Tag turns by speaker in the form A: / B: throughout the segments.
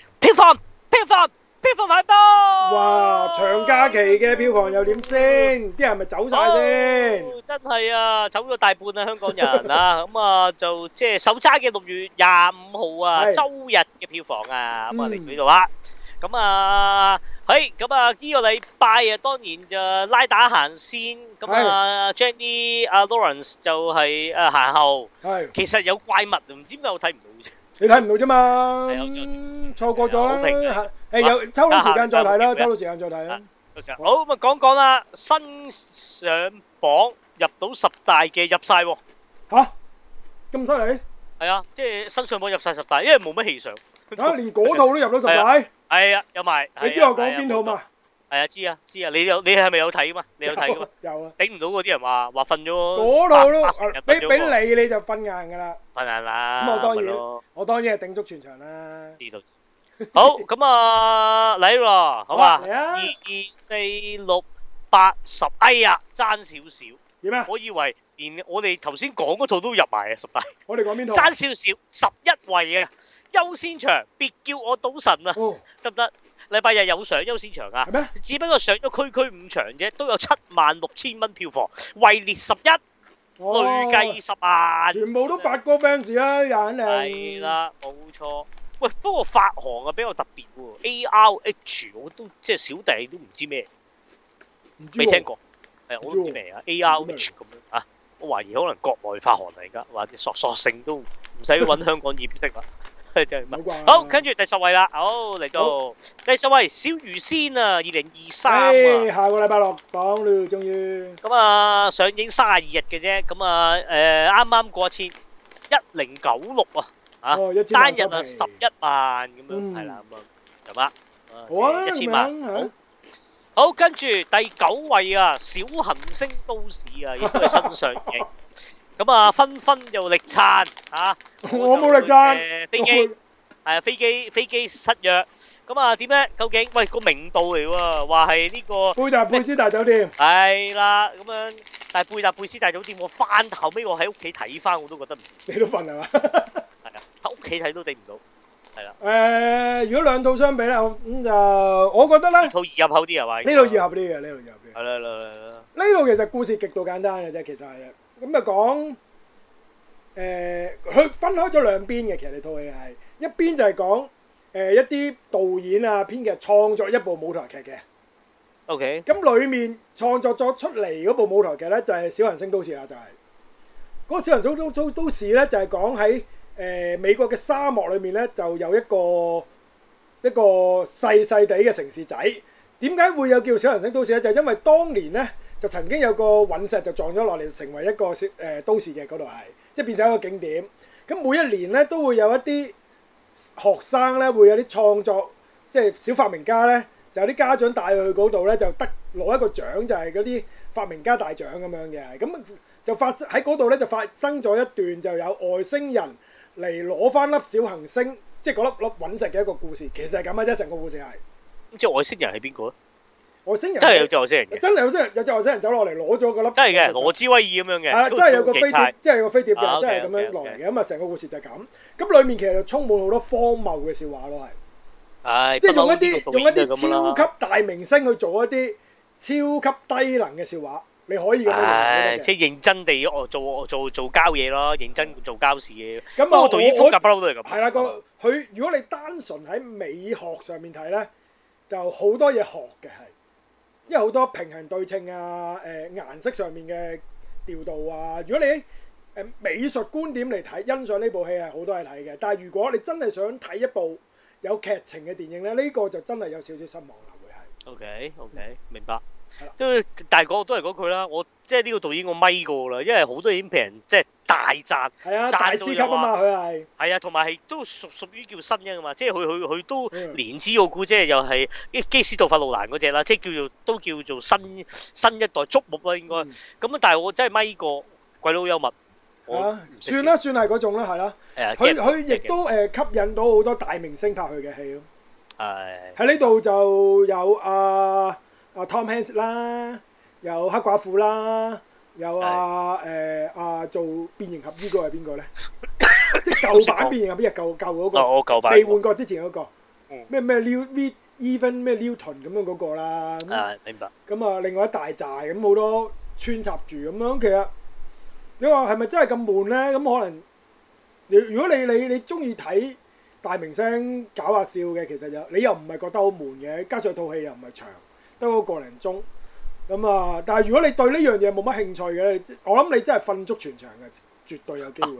A: 房票房票房快多。
B: 哇！長假期嘅票房又點先？啲人咪走晒先。
A: 哦真係啊，走咗大半啊，香港人 啊，咁啊就即係首揸嘅六月廿五號啊，
B: 係
A: 周日嘅票房啊，咁啊
B: 嗯
A: 嚟到呢度啦。咁啊，喺咁啊呢個禮拜啊，當然就拉打行先，咁啊 Jenny 啊 Lawrence 就係誒行後，
B: 係，
A: 其實有怪物，唔知點解我睇唔到。
B: 你睇唔到啫嘛
A: 係有有。
B: 錯過咗
A: 有好評嘅
B: 啦。係誒有抽到時間再睇啦，
A: 得閒
B: 抽到時間再睇啦。
A: 好咁啊，講講啦，新上榜入到十大嘅入晒喎。
B: 吓？咁 犀利？
A: 係啊，即係新上榜入晒十大，因為冇乜戲上。
B: 嚇！連嗰 套都入到十大，
A: 係啊，有埋。
B: 你知我講邊套嘛？？
A: 係啊，知啊，知啊，你有你係咪有睇嘛？你有睇噶嘛？
B: 有啊，
A: 頂唔到嗰啲人話話瞓咗。
B: 嗰套
A: 八八成日
B: 都
A: 瞓咗
B: 俾
A: 喎
B: 俾你你就瞓硬㗎啦。
A: 瞓下啦。
B: 咁我當然
A: 咪咯
B: 我當然係頂足全場啦。
A: 知道。好，咁啊嚟咯，好嘛？
B: 好啊嚟啊
A: 二二四六八十，哎呀，爭少少，
B: 點啊？
A: 我以為連我哋頭先講嗰套都入埋啊，十大。
B: 我哋講邊套？
A: 爭少少，十一位啊，優先場，別叫我賭神啊！
B: 哦，
A: 得唔得？禮拜日有上優先場啊
B: 係，咩？
A: 只不過上咗區區五場啫，都有七萬六千蚊票房，位列十一，累
B: 哦
A: 計十萬。
B: 全部都法國 fans 啦，又肯定
A: 係。啦，冇錯。喂，不過發行啊比較特別喎，ARH 我都即係小弟都唔知咩，
B: 唔知
A: 未
B: 喎
A: 聽。過。係我都唔知咩啊，ARH 咁樣啊，我懷疑可能國內發行嚟㗎，或者索索性都唔使揾香港掩飾啦， 真係乜
B: 冇？啩
A: 好，跟住第十位啦，好嚟到第十位小魚仙啊，二零二三啊。
B: 哎唉下個禮拜落榜啦，終於。
A: 咁啊，上映三廿二日嘅啫，咁啊，誒啱啱過一千一零九六啊，啊
B: 哦，一千
A: 單
B: 萬
A: 日啊十
B: 收皮
A: 一萬咁樣，
B: 嗯
A: 係啦，咁啊，就乜？
B: 好啊，
A: 一千
B: 咁
A: 萬，
B: 樣
A: 好
B: 嚇，
A: 好，跟住第九位啊，小行星都市啊，亦都係新上映， 咁啊，紛紛又力撐啊，
B: 我冇
A: 誒
B: 力撐
A: 飛機。係啊，飛機飛機失約，咁啊點咧？究竟喂個明道嚟喎，話係呢個
B: 貝達貝斯大酒店，
A: 係啦咁樣，但係貝達貝斯大酒店，我翻後尾我喺屋企睇翻，我都覺得唔
B: 你都瞓 係嘛？
A: 係啊，喺屋企睇都頂唔到。
B: 誒，如果兩套相比咧，我咁就我覺得咧，
A: 呢
B: 呢
A: 套二入口啲係咪？
B: 套易合啲嘅，呢套易合啲。
A: 係啦係啦係啦，
B: 呢度其實故事極度簡單嘅啫，其實係咁啊講誒，佢、分開咗兩邊嘅。其實你套戲係一邊就係講誒一啲導演啊編劇創作一部舞台劇嘅，
A: OK
B: 咁裡面創作咗出嚟嗰部舞台劇咧就係、小行星都市》啦，就係、嗰、個《小行星都都都市》咧就係講喺誒美國嘅沙漠裏面咧就有一個一個細細地嘅城市仔。點解會有叫小行星都市咧？就係、因為當年咧就曾經有個隕石就撞咗落嚟，成為一個誒、呃都市嘅嗰度係，即係變成一個景點。咁每一年咧都會有一啲學生咧會有啲創作，即係小發明家咧，就有啲家長帶佢去嗰度咧就得攞一個獎，就係嗰啲發明家大獎咁樣嘅。咁就發生喺嗰度咧就發生咗一段就有外星人嚟攞翻粒小行星，即係嗰粒粒隕石嘅一個故事。其實係咁嘅啫，成個故事係
A: 咁即係外星人係邊個咧？
B: 外星人
A: 真係有隻外星人嘅，
B: 真係有星人有隻外星人走落嚟攞咗個粒
A: 真係嘅
B: 隕石
A: 羅茲威爾咁樣
B: 係啊，
A: 嘅，
B: 真係有個飛碟，真係有個飛碟
A: 啊
B: 嘅，
A: ，OK，
B: 真係咁樣
A: OK，OK
B: 落嚟嘅。咁啊，成個故事就係咁。咁裡面其實就充滿好多荒謬嘅笑話咯，係
A: 唉，
B: 即係用一
A: 不
B: 啲
A: 嬲
B: 用一
A: 呢個導演都係咁
B: 啲
A: 啦
B: 超級大明星去做一啲超級低能嘅笑話，你可以咁樣
A: 唉，
B: 用
A: 即係認真地我做做做交嘢咯，認真做交事嘅。
B: 咁啊
A: 不過導演
B: 我
A: 風格不嬲都係咁。
B: 係啦，個佢如果你單純喺美學上面睇咧，就好多嘢學嘅係，因為好多平衡對稱啊、誒、顏色上面嘅調度啊。如果你喺誒美術觀點嚟睇欣賞呢部戲係好多嘢睇嘅，但係如果你真係想睇一部有劇情嘅電影咧，呢、個就真係有少少失望啦，會係。
A: OK OK，明白
B: 係啦。
A: 都但係講都係嗰句啦，我即係呢個導演我咪過啦，因為好多影評人即係大讚，
B: 係啊，
A: 贊到
B: 大師級啊嘛，佢係
A: 係啊，同埋係都屬屬於叫新嘅嘛，即係佢佢佢都
B: 嗯
A: 年資我估即係又係基基斯道法路蘭嗰只啦，即係叫做都叫做新新一代觸目啦應該。
B: 嗯
A: 咁啊，但係我真係咪過鬼佬幽默，我
B: 啊
A: 唔，識啊
B: 算啦，算係嗰種啦，係啦。
A: 笑，誒
B: 佢
A: get
B: 佢亦
A: get
B: 都誒吸引到好多大明星拍佢嘅戲咯。
A: 係
B: 喺呢度就有啊啊 Tom Hanks 啦，有黑寡婦啦，有啊誒啊做變形俠呢個 係邊個咧？即係舊版變形俠，邊係舊舊嗰
A: 哦
B: 個
A: 我舊版
B: 未換過之前嗰個
A: 嗯
B: 咩咩 New Even 咩 Newton 咁樣嗰個啦。咁
A: 啊，明白。
B: 咁啊，另外一大紮咁好多穿插住咁樣，其實你話係咪真係咁悶呢？咁可能如如果你你你中意睇大明星搞下笑嘅，其實又你又唔係覺得好悶嘅，加上套戲又唔係長，得嗰個零鐘。咁啊，但係如果你對呢樣嘢冇乜興趣嘅咧，我諗你真係瞓足全場嘅，絕對有機會。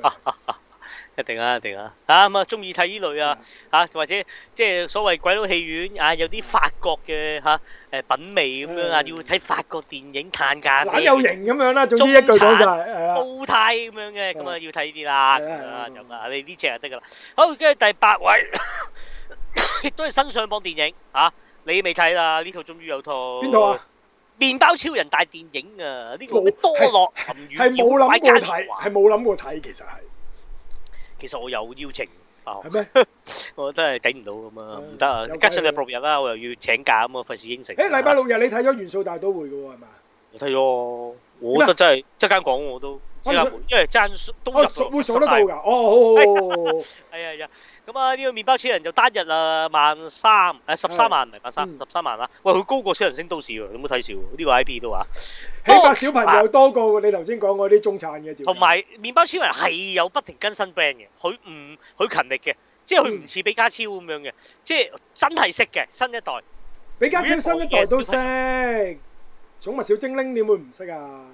A: 一定啊，一定啊，啊咁啊，中意睇呢類啊，
B: 嗯
A: 嚇或者即係所謂鬼佬戲院啊，有啲法國嘅嚇誒品味咁樣啊，
B: 嗯
A: 要睇法國電影嘆價
B: 懶
A: 啲，
B: 有型啊咁樣啦，總之一句講晒，係啦，
A: 煲胎咁樣嘅，咁啊要睇呢啲啦，
B: 嗯係
A: 咁樣
B: 啦係
A: 啦
B: 啦
A: 就啊，你呢只就得噶啦。好，跟住第八位， 亦都係新上榜電影嚇，你未睇啦？呢套終於有套
B: 邊套啊？？
A: 麵包超人大電影啊！呢個
B: 冇
A: 咩多樂林
B: 係
A: 遠
B: 冇
A: 妖怪
B: 諗過
A: 嘉年
B: 睇，
A: 華
B: 係冇諗過睇，其實係
A: 其實我有邀請。啊
B: 係咩？
A: 我真係頂唔到咁啊，
B: 嗯
A: 唔得啊！
B: 有計
A: 加上禮
B: 喎
A: 拜六日啦，我又要請假咁啊，費事應承。
B: 誒禮拜六日你睇咗《元素大都會》嘅喎係嘛？
A: 我睇咗，我覺得真係即間講我都，即
B: 啊我
A: 間
B: 唔
A: 因為爭都入
B: 哦，
A: 咗
B: 數會數得到
A: 十
B: 㗎。哦，好好好好好，
A: 大係啊係啊，咁啊呢個麵包超人就單日啊萬三，誒十三萬唔係萬三，
B: 嗯
A: 十三萬啦。啊喂，佢高過小人星都市喎，你冇睇少喎呢個 I P 都話。
B: 起碼小朋友多過你頭先講嗰啲中產嘅
A: 哎
B: 照。
A: 同埋麵包超人係有不停更新 brand 嘅，佢唔佢勤力嘅，即係
B: 嗯
A: 佢唔似比卡超咁樣嘅，即係真係識嘅新一代。
B: 比家超新一代都識，寵物小精靈點會唔識啊？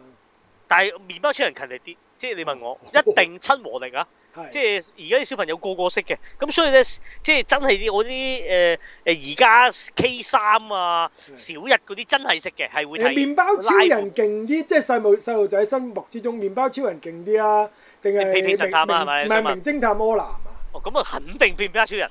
A: 但係麵包超人勤力啲，即係你問
B: 哦
A: 我，一定親和力 啊！
B: 係
A: 即係而家啲小朋友個個識嘅，咁所以咧，即係真係啲我啲誒誒而家 K 三啊、小一嗰啲真係識嘅，係會
B: 嗯誒
A: 睇。
B: 麵包超人勁啲，即係細路細路仔心目之中，麵包超人勁啲啊？定
A: 你
B: 係
A: 屁
B: 明
A: 屁
B: 明
A: 神探啊係咪
B: 唔
A: 你想問
B: 係明偵探柯南啊？
A: 哦，咁啊肯定變麵包超人，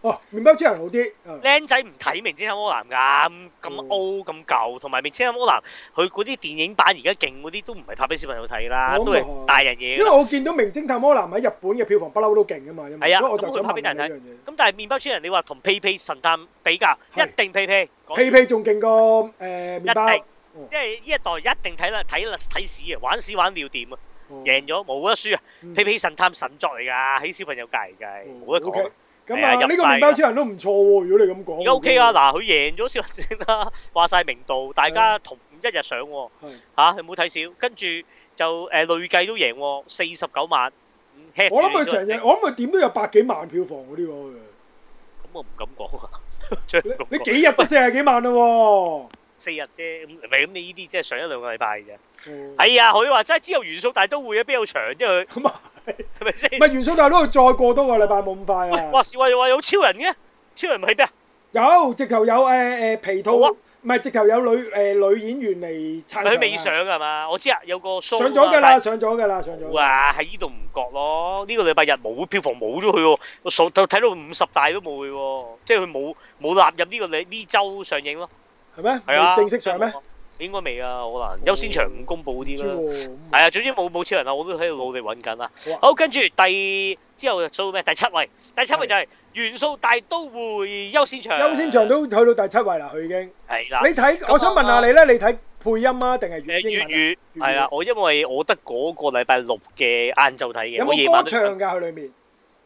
B: 哦，麵包超人好啲，嗯
A: 僆仔唔睇明偵探柯南㗎，咁咁
B: 嗯
A: O 咁舊，同埋明偵探柯南佢嗰啲電影版而家勁嗰啲都唔係拍俾小朋友睇啦，
B: 我
A: 都
B: 唔
A: 係大人嘢
B: 因為
A: 㗎啦。
B: 我見到明偵探柯南喺日本嘅票房不嬲都勁啊嘛，因為
A: 係啊
B: 所以我就想問你
A: 咁佢拍俾大人
B: 呢
A: 咁但係麵包超人你話同屁屁神探比較，一
B: 係
A: 定屁屁。
B: 樣嘢。
A: 講
B: 屁屁仲勁過誒麵包
A: 一，定即係呢一代一定睇啦，睇啦睇屎啊，玩屎玩尿掂啊，
B: 哦
A: 贏咗冇得輸啊！
B: 嗯
A: 屁屁神探神作嚟㗎，喺小朋友界嚟
B: Ừ,
A: 㗎，冇得
B: O K，
A: 講。
B: 咁
A: 係啊
B: 啊，
A: 入
B: 呢個
A: 晒
B: 麵包
A: 㗎
B: 超人都唔錯喎，如果你咁講。
A: 而家 OK 啊，嗱，佢贏咗小人星啦， 話晒明道，大家同一日上喎，
B: 啊係
A: 嚇你冇睇少，跟住就誒累計都贏喎，四十九萬。嗯，hit
B: 我諗佢
A: 住
B: 成
A: 小人
B: 日，
A: 星
B: 我諗佢點都有百幾萬票房嗰啲喎。佢
A: 咁我唔敢講 啊，將
B: 你
A: 咁
B: 你
A: 講
B: 幾日都四十幾萬啦喎。
A: 四日啫，咁咪咁你呢啲即係上一兩個禮拜啫。
B: 哦
A: 係啊，佢話真係之後元素大都會啊，邊有長啫佢
B: 咁啊，
A: 係咪先
B: 唔？係元素大佬，再過多個禮拜冇咁快
A: 喂，
B: 啊。
A: 話時話又話有超人嘅，超人唔喺邊啊？
B: 有直頭有誒誒皮套，
A: 冇啊
B: 唔係直頭有女誒女演員嚟撐場啊
A: 佢未上㗎嘛？我知啊，有個 show
B: 上咗㗎啦，
A: 啊
B: 上咗㗎啦，上咗
A: 但係
B: 㗎啦。
A: 哇，喺呢度唔覺咯，呢、個禮拜日冇票房冇咗佢喎，我數就睇到五十大都冇佢喎，即係佢冇冇納入呢、個禮呢周上映咯，
B: 係咩？
A: 係啊，
B: 未正式上咩？？
A: 應該未啊，可能優先場唔公佈
B: 唔
A: 啲
B: 知
A: 啦。
B: 喎嗯
A: 係啊，總之冇冇超人啊，我都喺度努力揾緊啦。
B: 咁啊
A: 好，跟住第之後數咩？第七位，第七位就係元素大都會優先場。
B: 優先場都去到第七位啦，佢已經。
A: 係啦。
B: 你睇，我想問下你咧，你睇配音啊，定係
A: 啊誒
B: 粵
A: 粵
B: 英
A: 語
B: 文啊？粵語
A: 係啊，我因為我得嗰個禮拜六嘅晏晝睇嘅，
B: 啊有
A: 我夜
B: 冇
A: 晚
B: 歌
A: 都
B: 唱㗎？佢裏面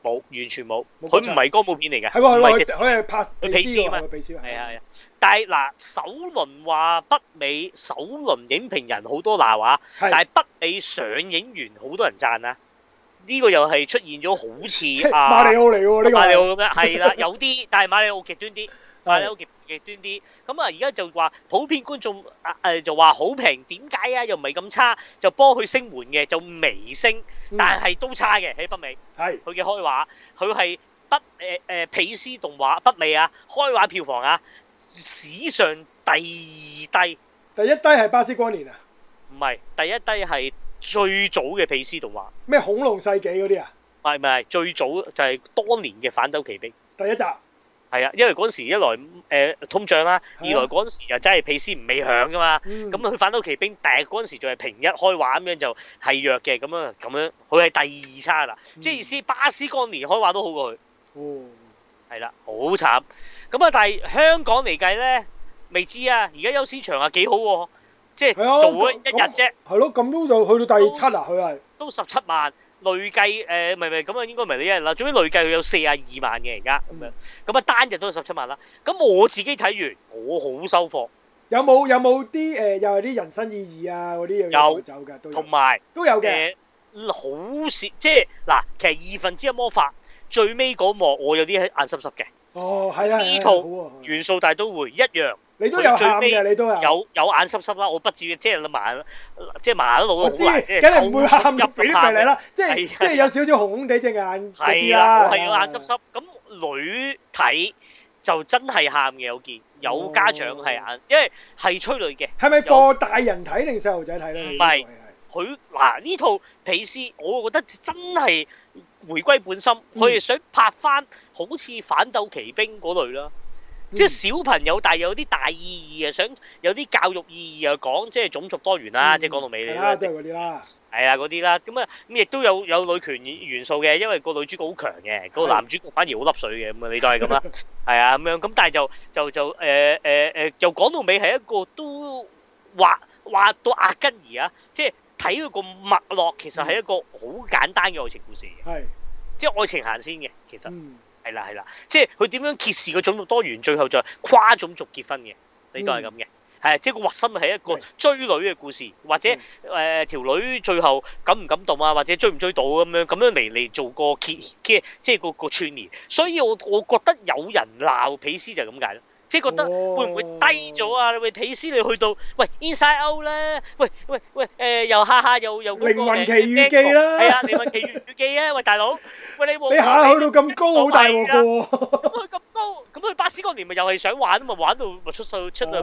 A: 冇，完全冇。
B: 冇
A: 佢
B: 歌
A: 唔
B: 唱
A: 係歌舞片嚟嘅，
B: 係喎
A: 唔
B: 係喎，
A: 係
B: 佢
A: dis-
B: 佢係拍
A: 佢
B: 比
A: 鄙
B: 斯
A: 視
B: 㗎
A: 啊嘛
B: 嘛，佢比斯
A: 係啊係啊。但係嗱，首輪話北美，首輪影評人好多鬧話，但係
B: 係。
A: 北美上映完好多人讚啊。呢個又係出現咗好
B: 即
A: 似
B: 係
A: 啊
B: 馬里奧嚟喎呢個係。
A: 馬里奧咁樣，係啦，有 啲，但係馬里奧極端啲。馬里奧極極端啲，咁啊而家就話普遍觀眾啊誒就話好評，點解啊？又唔係咁差，就幫佢升門嘅，就微升，
B: 嗯
A: 但係都差嘅喺北美。
B: 係
A: 佢嘅開畫，佢係北誒誒皮斯動畫北美啊，開畫票房啊，史上第二低，
B: 第一低係巴斯光年啊，
A: 唔係第一低係最早嘅皮斯動畫，
B: 咩恐龍世紀嗰啲啊，
A: 唔係唔係最早就係當年嘅反斗奇兵。
B: 第一集。
A: 係啊，因為嗰陣時一來誒、呃通脹啦，
B: 係
A: 二
B: 啊
A: 來嗰陣時又真係皮斯唔未響噶嘛，
B: 嗯
A: 咁啊佢反斗奇兵，但係嗰陣時仲係平一開畫咁樣就係弱嘅咁樣咁樣，佢係第二差啦，
B: 嗯
A: 即係意思巴斯光年開畫都好過佢。
B: 哦
A: 係啦，好慘。咁啊，但係香港嚟計咧，未知啊。而家優先場啊幾好喎、即係
B: 係啊
A: 做咗
B: 咁
A: 一日啫，
B: 係咯，咁都就去到第七啊，佢係
A: 都十七萬。累計誒，唔係唔係咁啊，應該唔係你一人啦。總之累計佢有四十二萬嘅而家
B: 嗯
A: 咁樣，咁啊單日都有十七萬啦。咁我自己睇完，我好收貨，
B: 有冇有冇啲誒又係啲人生意義啊嗰啲嘢
A: 有
B: 走嘅都有
A: 同埋
B: 都有嘅，
A: 誒好少，即係嗱，其實二分之一魔法最尾嗰幕我有啲眼濕濕嘅，
B: 哦係啊，係啊
A: 呢
B: 係啊
A: 套
B: 好啊好啊
A: 元素大都會一樣
B: 你都有喊
A: 最
B: 嘅，你都有，
A: 有有眼濕濕啦，我不至於即係麻即係麻甩佬
B: 我
A: 好
B: 知，
A: 難，即係
B: 梗係唔會喊
A: 入
B: 入俾啲鼻你啦，即係
A: 係啊
B: 即係有少少紅紅地隻眼嗰
A: 係
B: 啲啊
A: 啦，
B: 啦，
A: 我係要眼濕濕。咁女睇就真係喊嘅，我見有家長係眼，因為係催淚嘅。
B: 係咪貨大人睇定細路仔睇咧？
A: 唔
B: 你
A: 係
B: 認為係
A: 佢嗱呢套皮斯，我覺得真係回歸本心，
B: 嗯
A: 佢係想拍翻好似反鬥奇兵嗰類啦。
B: 嗯
A: 即
B: Ừ,
A: 係小朋友，但係有啲大意義啊，想有啲教育意義啊，講即係種族多元啦，即係講到尾你都
B: 嗯係啦，
A: 一
B: 都
A: 定
B: 係嗰啲啦，
A: 係啊嗰啲啦，咁啊咁亦都有有女權元素嘅，因為個女主角好強嘅，個
B: 係
A: 男主角反而好笠水嘅，咁啊你當係咁啦，係啊咁樣，咁但係就就就誒誒誒，又講到尾係一個都話話到阿吉兒啊，即係睇佢個脈絡，其實係一個好簡單嘅愛情故事嘅，
B: 係
A: 即係愛情行先嘅，其實
B: 嗯
A: 係啦係啦，即係佢點樣揭示個種族多元，最後就係跨種族結婚嘅，你當係咁嘅。係，啊即係個核心係一個
B: 嗯係
A: 追女嘅故事，或者誒
B: 嗯、
A: 條女最後感唔感動啊，或者追唔追到咁樣，咁樣嚟嚟做個揭嘅，即係個個串連。所以我我覺得有人鬧皮斯就係咁解咯，即係覺得
B: 哦
A: 會唔會低咗啊？喂，皮斯你去到喂 Inside Out 咧，喂喂喂誒、又下下又又嗰個
B: 靈魂
A: 誒
B: 奇遇記啦
A: 係啊，靈魂奇遇記啊，喂大佬，喂你冇
B: 你下下去到咁高，好大
A: 係
B: 鑊
A: 啊
B: 㗎喎，
A: 咁佢咁高，咁佢巴斯光年咪又係想玩啊嘛，玩到咪出到出到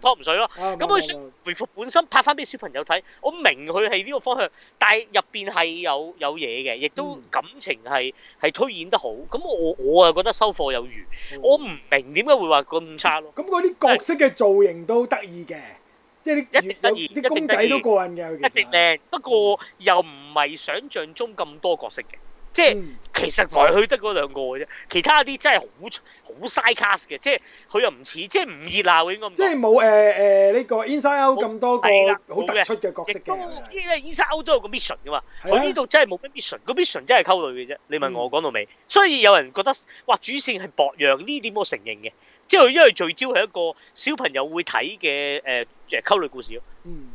A: 湯唔水咯。
B: 咁
A: 咁佢想回復本身，拍翻俾小朋友睇。我明佢係呢個方向，但係入邊係有有嘢嘅，亦都
B: 嗯
A: 感情係係推演得好。咁我我又覺得收貨有餘，我唔明點解會話咁差咯。
B: 咁嗰啲角色嘅造型都得意嘅，即係
A: 一定得
B: 啲
A: 意
B: 啲公仔都過癮嘅，
A: 一定靚，不過又唔係想像中咁多角色嘅，即係。
B: 嗯
A: 其實來去得嗰兩個嘅啫，其他啲真係好好嘥 cast 嘅，即係佢又唔似，即係唔熱鬧嘅應該咁講。
B: 即係冇誒誒呢個 Inside Out 咁多個
A: 係啦
B: 好突出嘅角
A: 亦
B: 色
A: 都
B: 嘅
A: 呢，個醫生歐都有個 mission 噶嘛，
B: 係啊
A: 佢呢度真係冇乜 mission，個 mission 真係溝女嘅啫。你問我講到
B: 嗯
A: 尾，所以有人覺得哇主線係薄弱，呢點我承認嘅。即係佢因為聚焦係一個小朋友會睇嘅誒誒溝女故事咯，
B: 嗯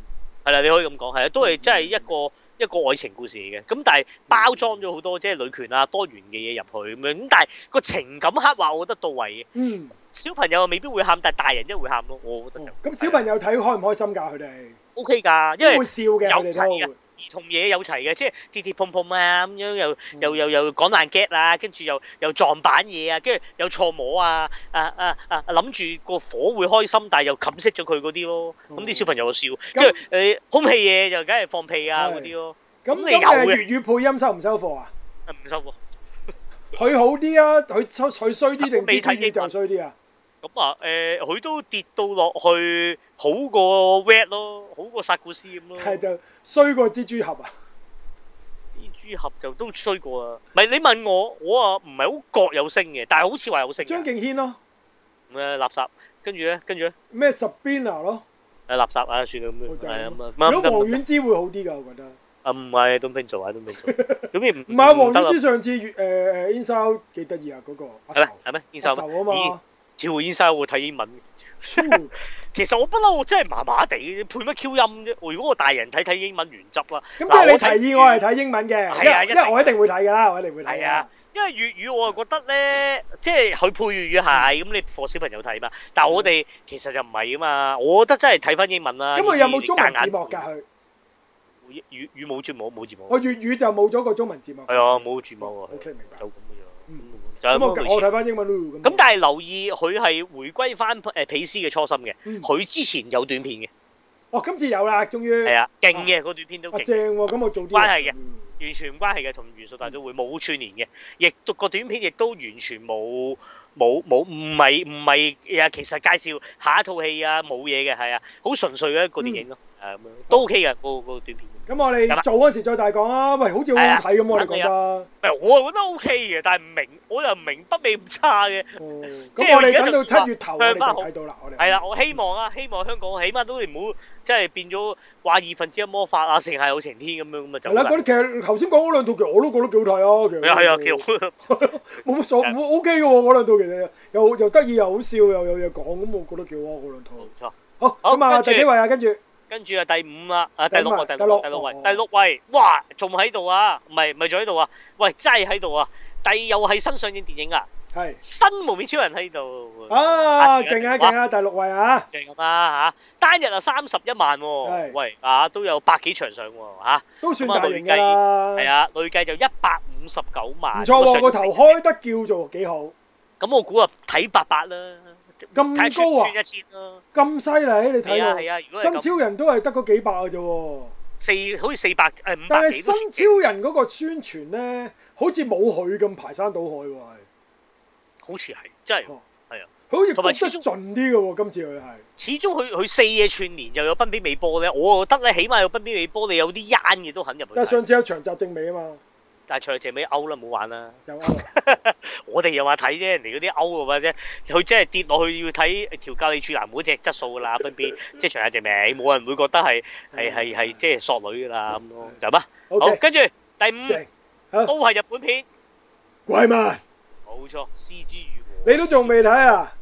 A: 係啦，你可以咁講，係啊，都係
B: 嗯
A: 真係一個一個愛情故事嚟嘅。咁但係包裝咗好多即係女權啊多元嘅嘢入去咁樣，咁但係個情感刻畫我覺得到位嘅。
B: 嗯，
A: 小朋友未必會喊，但係大人一定會喊咯，我覺得就
B: 咁小朋友睇開唔開心㗎？佢哋
A: O K 㗎，因
B: 都
A: 為
B: 會。笑嘅，佢
A: 有睇
B: 哋
A: 嘅
B: 都
A: 兒童嘢有齊嘅，即係跌跌碰碰啊咁樣，又又又又講爛 get 啊，跟住又又撞板嘢啊，跟住又錯摸啊，啊啊啊諗住個火會開心，但係又冚熄咗佢嗰啲咯，咁啲小朋友就笑，跟住誒空氣嘢就梗係放屁啊嗰啲咯，
B: 咁
A: 咁你
B: 咁誒
A: 有嘅
B: 粵語配音收唔收貨啊？
A: 唔收喎。
B: 佢好啲啊，佢收佢衰啲定
A: 我未睇英文
B: DTE 就衰啲啊？
A: 咁啊誒，佢都跌到落去好過 Red 咯，好過殺古斯咁咯。
B: 係就衰過蜘蛛俠啊！
A: 蜘蛛俠就都衰過啊，唔係你問我，我啊唔係好覺有升嘅，但係好似話有升
B: 張
A: 嘅，
B: 敬軒咯，
A: 咁啊垃圾，跟住咧，跟住咧。
B: 咩 Sabina 咯，
A: 誒垃圾啊，算啦咁
B: 我
A: 樣，
B: 就
A: 係
B: 係
A: 啊咁
B: 咁
A: 啊，
B: 啊如
A: 得
B: 果
A: 唔
B: 黃
A: 得
B: 遠之會好啲㗎，我覺得。
A: 啊唔係東拼做啊，東拼 做，咁你唔
B: 唔係啊，黃
A: 唔得啦
B: 遠之上次粵誒誒 i n s i d 幾得意啊，嗰個阿
A: 係
B: 壽
A: 咩係咩？燕
B: 阿
A: 秀咩
B: 壽啊嘛，
A: 趙會燕秀我睇英文嘅，
B: 嗯
A: 其實我不嬲，我真係麻麻地嘅，配乜 Q 音啫？我如果我大人睇睇英文原汁啦，
B: 咁即
A: 嗱
B: 係你
A: 我
B: 提
A: 睇
B: 議我係睇英文嘅，
A: 係啊
B: 因為
A: 一定
B: 因為我一定會睇㗎啦，我一定會睇㗎
A: 係
B: 啦
A: 啊。，因為粵語我係覺得咧，即係佢配粵語係咁，你 for 小朋友睇嘛，但係我哋其實就唔係啊嘛，我覺得真係睇翻英文啦。
B: 咁嗯佢有冇中
A: 夾
B: 文字
A: 硬
B: 幕㗎？？佢
A: 粵粵語冇字幕，冇字幕。
B: 我粵語就冇咗個中文字幕。
A: 係啊，冇字幕啊，
B: OK，明白
A: 就咁
B: 嗯
A: 嘅樣。
B: 咁
A: 就
B: 我
A: 係咁
B: 我
A: 類似
B: 睇翻英文咯。
A: 咁但係留意佢係回歸翻誒皮斯嘅初心嘅，
B: 嗯
A: 佢之前有短片嘅，
B: 哦，今次有啦，終於
A: 係啊，勁嘅嗰短片都
B: 啊
A: 勁，
B: 正喎，咁我做啲
A: 關係嘅
B: 嘅。嗯
A: 完全唔關係嘅，同元素大都會冇串連嘅，亦都個短片亦都完全冇冇冇唔係唔係啊，其實介紹啊下一套戲啊冇嘢嘅，係啊，好純粹嘅一個電影咯，係咁樣都 OK 嘅，個個短片。
B: 咁我哋做嗰陣時再大講啦。喂，好似好好睇咁喎，我哋覺得。
A: 唔係我又覺得 O K 嘅，但係唔明，我又唔明北美咁差嘅。
B: 哦
A: 即係
B: 咁我
A: 而
B: 哋
A: 家
B: 等到
A: 就算話
B: 七月頭，我
A: 向
B: 哋
A: 返
B: 就
A: 好
B: 睇到啦。我哋
A: 係啦，我希望啊，希望香港起碼都唔好即係變咗話二分之一魔法啊，成係有晴天咁樣咁啊
B: 係
A: 走
B: 啦，
A: 啦。
B: 嗰啲其實頭先講嗰兩套，其實我都覺得幾好睇啊。其實
A: 係啊係啊，其實好
B: 冇乜所冇 OK 嘅喎，嗰兩套其實又又得意又好笑又有嘢講，咁我覺得幾好啊嗰兩套。
A: 冇錯。
B: 好
A: 好
B: 咁啊，
A: 跟住
B: 第幾位啊？跟住
A: 跟住啊，第五啦，啊第六啊，
B: 第
A: 第
B: 五
A: 六
B: 啊
A: 第六位
B: 第六，
A: 第六位，哇，仲喺度啊，唔係唔係仲喺度啊，喂，真係喺度啊，第又係新上映電影啊，
B: 係
A: 新無面超人喺度，
B: 啊，
A: 啊
B: 勁啊
A: 第六
B: 勁啊，第六位啊，
A: 就係咁啦嚇，單日啊三十一萬
B: 係
A: 喎，喂啊都有百幾場上喎嚇，
B: 都算大型㗎啦。
A: 啊係啊，累計就一百五十九萬，
B: 唔錯喎，個
A: 個
B: 頭，開得叫做幾好，
A: 咁我估啊睇八百啦，
B: 咁
A: 睇穿
B: 高啊
A: 穿一千啦，
B: 咁犀利你
A: 係啊
B: 睇
A: 係啊，如果係
B: 到新
A: 咁
B: 超人都係得嗰幾百嘅啫喎，
A: 四好似四百誒五
B: 但
A: 百
B: 係
A: 幾都
B: 新
A: 算
B: 超人嗰個宣傳咧，好似冇佢咁排山倒海喎，係
A: 好似係真係。
B: 哦佢好似
A: 同埋
B: 焗得
A: 始終
B: 盡啲嘅喎，今次佢係
A: 始終佢佢四嘢串連又有賓比美波咧，我覺得咧起碼有賓比美波，你有啲奸嘅都肯入去
B: 但係
A: 睇。
B: 上次有長澤正美啊嘛，
A: 但係長謝尾歐啦，冇玩啦。
B: 有啱啊
A: 我哋又話睇啫，人哋嗰啲歐嘅話啫，佢真係跌落去要睇調教你處男嗰只質素㗎 啦，分別即係長謝尾，冇人會覺得係係係係即係索女㗎啦咁咯，就咁啊。好，
B: ，OK，
A: 跟住第五
B: 正，好
A: 都係日本片，
B: 鬼民，
A: 冇錯，《獅之與我》。
B: 你都仲未睇啊？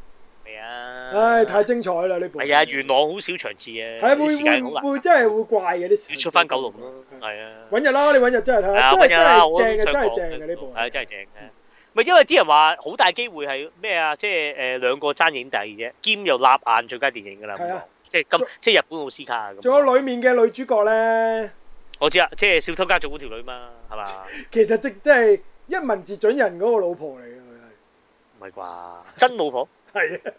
A: 未啊？
B: 唉，太精彩啦呢部，
A: 係啊，元朗好少場次啊，
B: 係
A: 啲時間好
B: 會會
A: 難，
B: 會真係會怪嘅啲時
A: 要
B: 間
A: 出翻九龍咯，
B: 係
A: 係啊。
B: 揾日啦，你揾日真係睇
A: 係啊，
B: 下，真係
A: 揾日啦，我
B: 真係
A: 都
B: 正嘅，
A: 想講哦
B: 真係正嘅啊呢部，
A: 係真係正嘅。咪因為啲人話好大機會係咩啊？即係誒兩個爭影帝啫，兼又立硬最佳電影㗎啦。
B: 係啊
A: 咁講即係
B: 仲
A: 今即係日本奧斯卡咁。
B: 仲有裡面嘅女主角咧。
A: 我知啊，即係小偷家族嗰條女嘛，係嘛？
B: 其實即即係一文字準人嗰個老婆嚟嘅，佢
A: 唔係啩？真老婆
B: 係係啊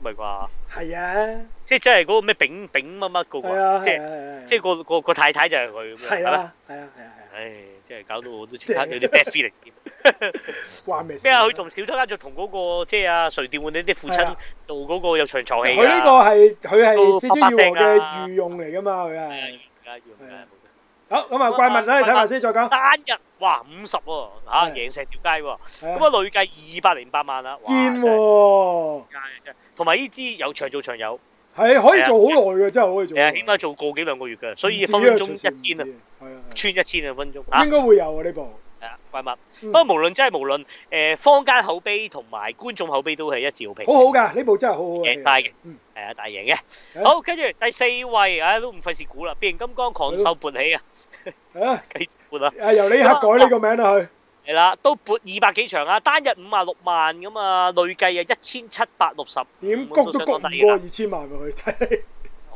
A: 唔係啩？
B: 係啊
A: 即係真係嗰個咩丙丙乜乜嗰
B: 係啊
A: 個，即係
B: 係啊
A: 即係個個個太太就係佢咁樣。
B: 係
A: 係咪？
B: 啊係啊係啊
A: 唉，真係搞到我都即刻有啲 bad feeling 添。
B: 話咩事
A: 咩啊？佢同小偷家族同嗰個即係啊垂釣嗰啲父
B: 係啊
A: 親做嗰個有長床戲㗎。啊
B: 佢呢個係佢係
A: 都
B: 《獅子與
A: 啪啪聲
B: 和》嘅
A: 啊
B: 御用嚟㗎嘛，佢
A: 係啊，
B: 係
A: 要㗎要㗎冇錯
B: 好咁啊！怪物啦，你睇埋先再講。
A: 單日哇五十喎嚇
B: 係
A: 贏石條街喎，
B: 係
A: 咁
B: 啊
A: 啊累計二百零八萬啦，哇
B: 堅
A: 真係
B: 喎，
A: 街啊真係同埋呢啲有長做長有，
B: 係可以做好耐嘅，真係可以做好耐。
A: 誒起碼做個幾兩個月㗎，所以
B: 唔止啊
A: 分分鐘
B: 隨時唔
A: 一千啊，
B: 止係啊，係
A: 穿一千啊分鐘
B: 啊
A: 嚇
B: 應該會有啊呢部。
A: 係啊怪物。
B: 嗯
A: 不過無論真係無論誒坊間口碑同埋觀眾口碑都係一致好評，
B: 好好㗎，呢部真係好好嘅。
A: 贏晒嘅
B: 嗯，
A: 係啊大贏嘅。
B: 係
A: 好，跟住第四位，唉都唔費事估啦，變形金剛狂獸勃起啊，
B: 啊
A: 繼續勃啦。
B: 啊由你合改呢個名啦，佢
A: 係啦，都撥二百幾場啊，單日五啊六萬咁啊，累計啊一千七百六十，
B: 點
A: 咁啊
B: 谷
A: 都
B: 都
A: 相
B: 谷唔
A: 當低㗎
B: 過
A: 啦
B: 二千萬喎，佢真係。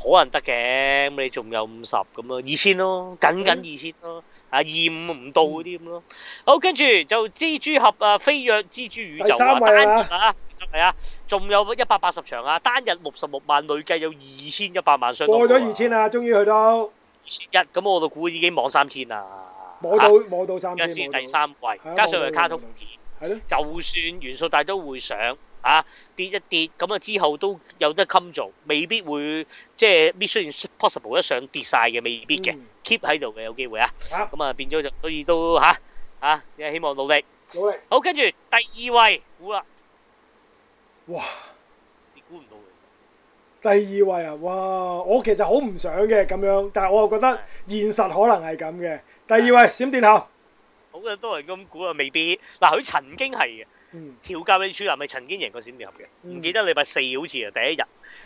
A: 可能得嘅，咁你仲有五十咁咯，二千咯，僅
B: 嗯
A: 僅二千咯，啊二五唔到嗰啲咁咯。好，跟住就蜘蛛俠啊，飛躍蜘蛛宇宙
B: 第三
A: 啊，
B: 位
A: 單
B: 啦
A: 日啊，係啊，仲有一百八十場啊，單日六十六萬，累計有二千一百萬，相當
B: 過
A: 高
B: 咗
A: 啊
B: 二千，啦，終於去到
A: 二千一，咁我度估已經望三千啦，
B: 摸到
A: 啊
B: 摸到三
A: 而家
B: 千，摸
A: 先
B: 到
A: 第三位
B: 係啊，
A: 加上
B: 望
A: 係
B: 到
A: 卡通
B: 望到
A: 片。
B: 係咯，
A: 就算元素大都會上啊跌一跌，咁啊之後都有得襟做，未必會即係 Mission Possible 一上跌晒嘅，未必嘅、
B: 嗯
A: keep 喺度嘅有機會啊，
B: 啊
A: 咁啊變咗就所以都嚇啊，希望努力。
B: 努力
A: 好，跟住第二位估啦，
B: 哇！
A: 你估唔到嘅，
B: 第二位啊，哇！我其實好唔想嘅咁樣，但係我又覺得現實可能係咁嘅。第二位閃電俠，
A: 好多人咁估啊，未必。嗱，佢曾經係嘅。
B: 嗯，
A: 調教你處男咪曾經贏過閃電俠嘅，唔、
B: 嗯
A: 記得禮拜四好似啊第一
B: 係
A: 日，